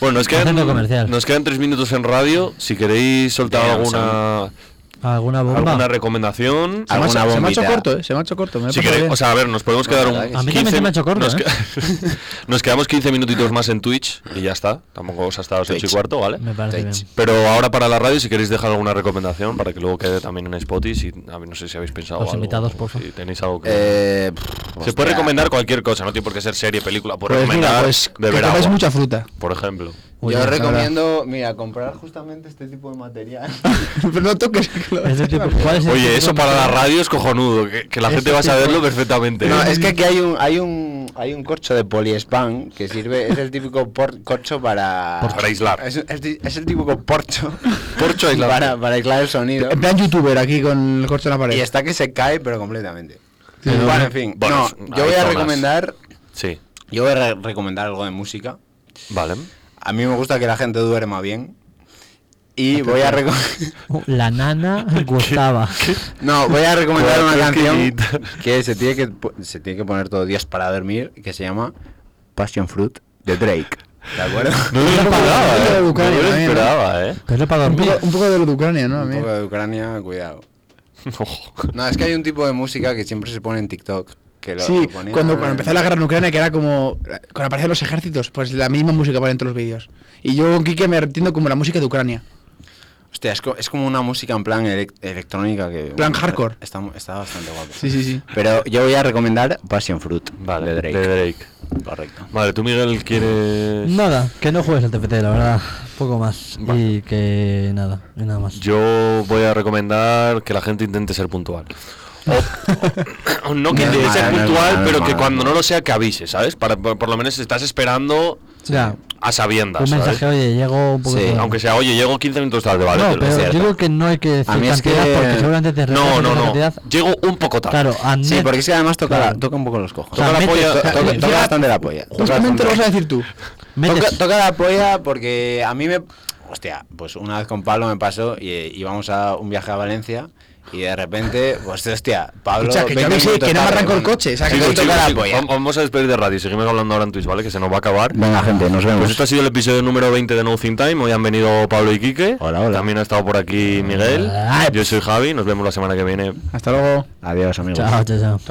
B: Bueno, nos quedan,
I: Haciendo comercial.
B: nos quedan tres minutos en radio. Si queréis soltar
A: Venga,
B: alguna,
I: ¿Alguna bomba?
B: alguna recomendación.
C: Se me ha-
A: Alguna
C: se me ha hecho
A: bombita.
C: corto, eh, se me ha hecho corto. Me
B: Si
C: he pasado
B: queréis-
C: bien.
B: o sea, a ver, nos podemos quedar un.
A: la verdad
I: que sí. A mí también se me ha hecho corto,
B: nos,
I: ¿eh?
B: <laughs> nos quedamos 15 minutitos más en Twitch y ya está. Tampoco os hasta las 8 y
A: Twitch.
B: cuarto, ¿vale?
I: me parece bien.
B: Pero ahora para la radio, si queréis dejar alguna recomendación para que luego quede también en Spotify, si, a ver, no sé si habéis pensado
I: Los
B: algo,
I: invitados, por favor.
B: si tenéis algo que...
A: Eh, pff,
B: Se
A: hostia.
B: puede recomendar cualquier cosa, no tiene por qué ser serie, película, puede
C: Pues
B: recomendar
C: mira, pues que
B: beber
C: comáis
B: agua,
C: mucha fruta. <laughs>
B: por ejemplo.
I: Uy,
A: Yo
I: no,
A: recomiendo, mira, comprar justamente este tipo de material.
C: Pero no toques. que lo-
I: Ese Este tipo- ¿cuál es el tipo
B: Oye,
I: de
B: eso para la
I: material?
B: radio es cojonudo, que, que la
I: Ese
B: gente va a
I: tipo-
B: saberlo perfectamente.
A: No,
B: ¿eh?
A: es que aquí hay un, hay un, hay un corcho de poliespan que sirve, es el típico por- corcho para...
B: Porcho. Para aislar.
A: Es, es ti- es el típico porcho.
B: Porcho aislante.
A: Para, para aislar el sonido.
C: <laughs> En plan youtuber aquí con el corcho en la pared.
A: Y este- está que se cae, pero completamente.
C: Sí,
A: bueno,
C: bueno.
A: en fin.
B: Bueno,
A: no, yo
B: hay
A: voy a
B: zonas.
A: recomendar,
B: Sí,
A: yo voy a re- recomendar algo de música.
B: vale.
A: A mí me gusta que la gente duerma bien. Y voy a, reco-
B: <laughs>
I: La nana gustaba.
A: No, voy a recomendar una
B: Cuatro
A: canción
B: esquinitas.
A: que se tiene que, po- se tiene que poner todos los días para dormir, que se llama Passion Fruit de Drake. ¿De acuerdo?
B: No me lo esperaba,
C: de
B: ¿eh? No me
C: Ucrania
B: lo
C: también, ¿no?
B: esperaba, ¿eh? <laughs>
I: Pero eso para
C: Un
I: dormir.
C: poco, un poco de lo de Ucrania, ¿no? A
A: Un
C: mí.
A: poco de Ucrania, cuidado.
B: Ojo.
A: No, es que hay un tipo de música que siempre se pone en TikTok. Que lo,
C: Sí,
A: lo ponía-
C: cuando, cuando empezó la guerra en Ucrania, que era como. Cuando aparecen los ejércitos, pues la misma música para dentro de los vídeos. Y yo con Kike me entiendo como la música de Ucrania.
A: Hostia, es, co- es como una música en plan elec- electrónica que...
C: Plan hardcore.
A: Está, está bastante guapo.
C: Sí, sí, sí.
A: Pero yo voy a recomendar Passion Fruit
B: Vale,
A: de Drake.
B: de Drake.
A: Correcto.
B: Vale, tú Miguel quieres...
I: Nada, que no juegues al TFT, la verdad. Poco más. Y que nada, y nada más.
B: Yo voy a recomendar que la gente intente ser puntual.
A: <laughs>
B: O, o no que
A: No es
B: intente
A: malo,
B: ser
A: no es
B: puntual,
A: malo,
B: pero
A: no
B: que
A: es
B: cuando
A: malo.
B: no lo sea que avise, ¿sabes? Para, por, por lo menos estás esperando
I: Ya,
B: a
I: un
B: sabiendas, ¿sabes?
I: mensaje, oye, llego un poco
A: Sí,
I: tarde.
B: Aunque sea, oye, llego 15 minutos tarde, vale. te
I: No,
B: lo-
I: pero yo
A: cierto.
I: creo que no hay que decir
A: A mí es
I: cantidad
A: que-
I: porque seguramente te
B: no,
I: rebajan
B: no,
I: esa
B: no.
I: cantidad.
B: Llego un poco tarde.
I: Claro, a
A: Sí,
I: net-
A: porque es que además toca,
I: Claro.
A: la- toca un poco los cojos.
B: Toca la
I: También
B: polla-
I: te-
A: To- toca,
I: Sí.
A: toca bastante la polla. toca
C: Justamente
A: bastante
C: lo vas
A: la
C: a decir tú.
I: metes-
A: Toca, toca la polla porque a mí me... Hostia, pues una vez con Pablo me pasó y eh, íbamos a un viaje a Valencia y de repente, pues hostia, Pablo...
C: Escucha, que yo
A: 20
C: avisé
A: minutos
C: que no me
A: tarde,
C: arrancó el
A: bueno.
C: coche, o sea, que
A: Chicos,
C: no
B: Chicos,
A: toca
B: chicos,
A: la polla.
B: chicos, vam- vamos a despedir de radio. Seguimos hablando ahora en Twitch, ¿vale? Que se nos va a acabar.
A: Venga, gente, nos vemos.
B: Pues esto ha sido el episodio número 20 de No Think Time. Hoy han venido Pablo y Quique.
A: Hola, hola.
B: También ha estado por aquí Miguel.
I: Hola.
B: Yo soy Javi. Nos vemos la semana que viene.
C: Hasta luego.
A: Adiós, amigos.
I: Chao, chao, chao.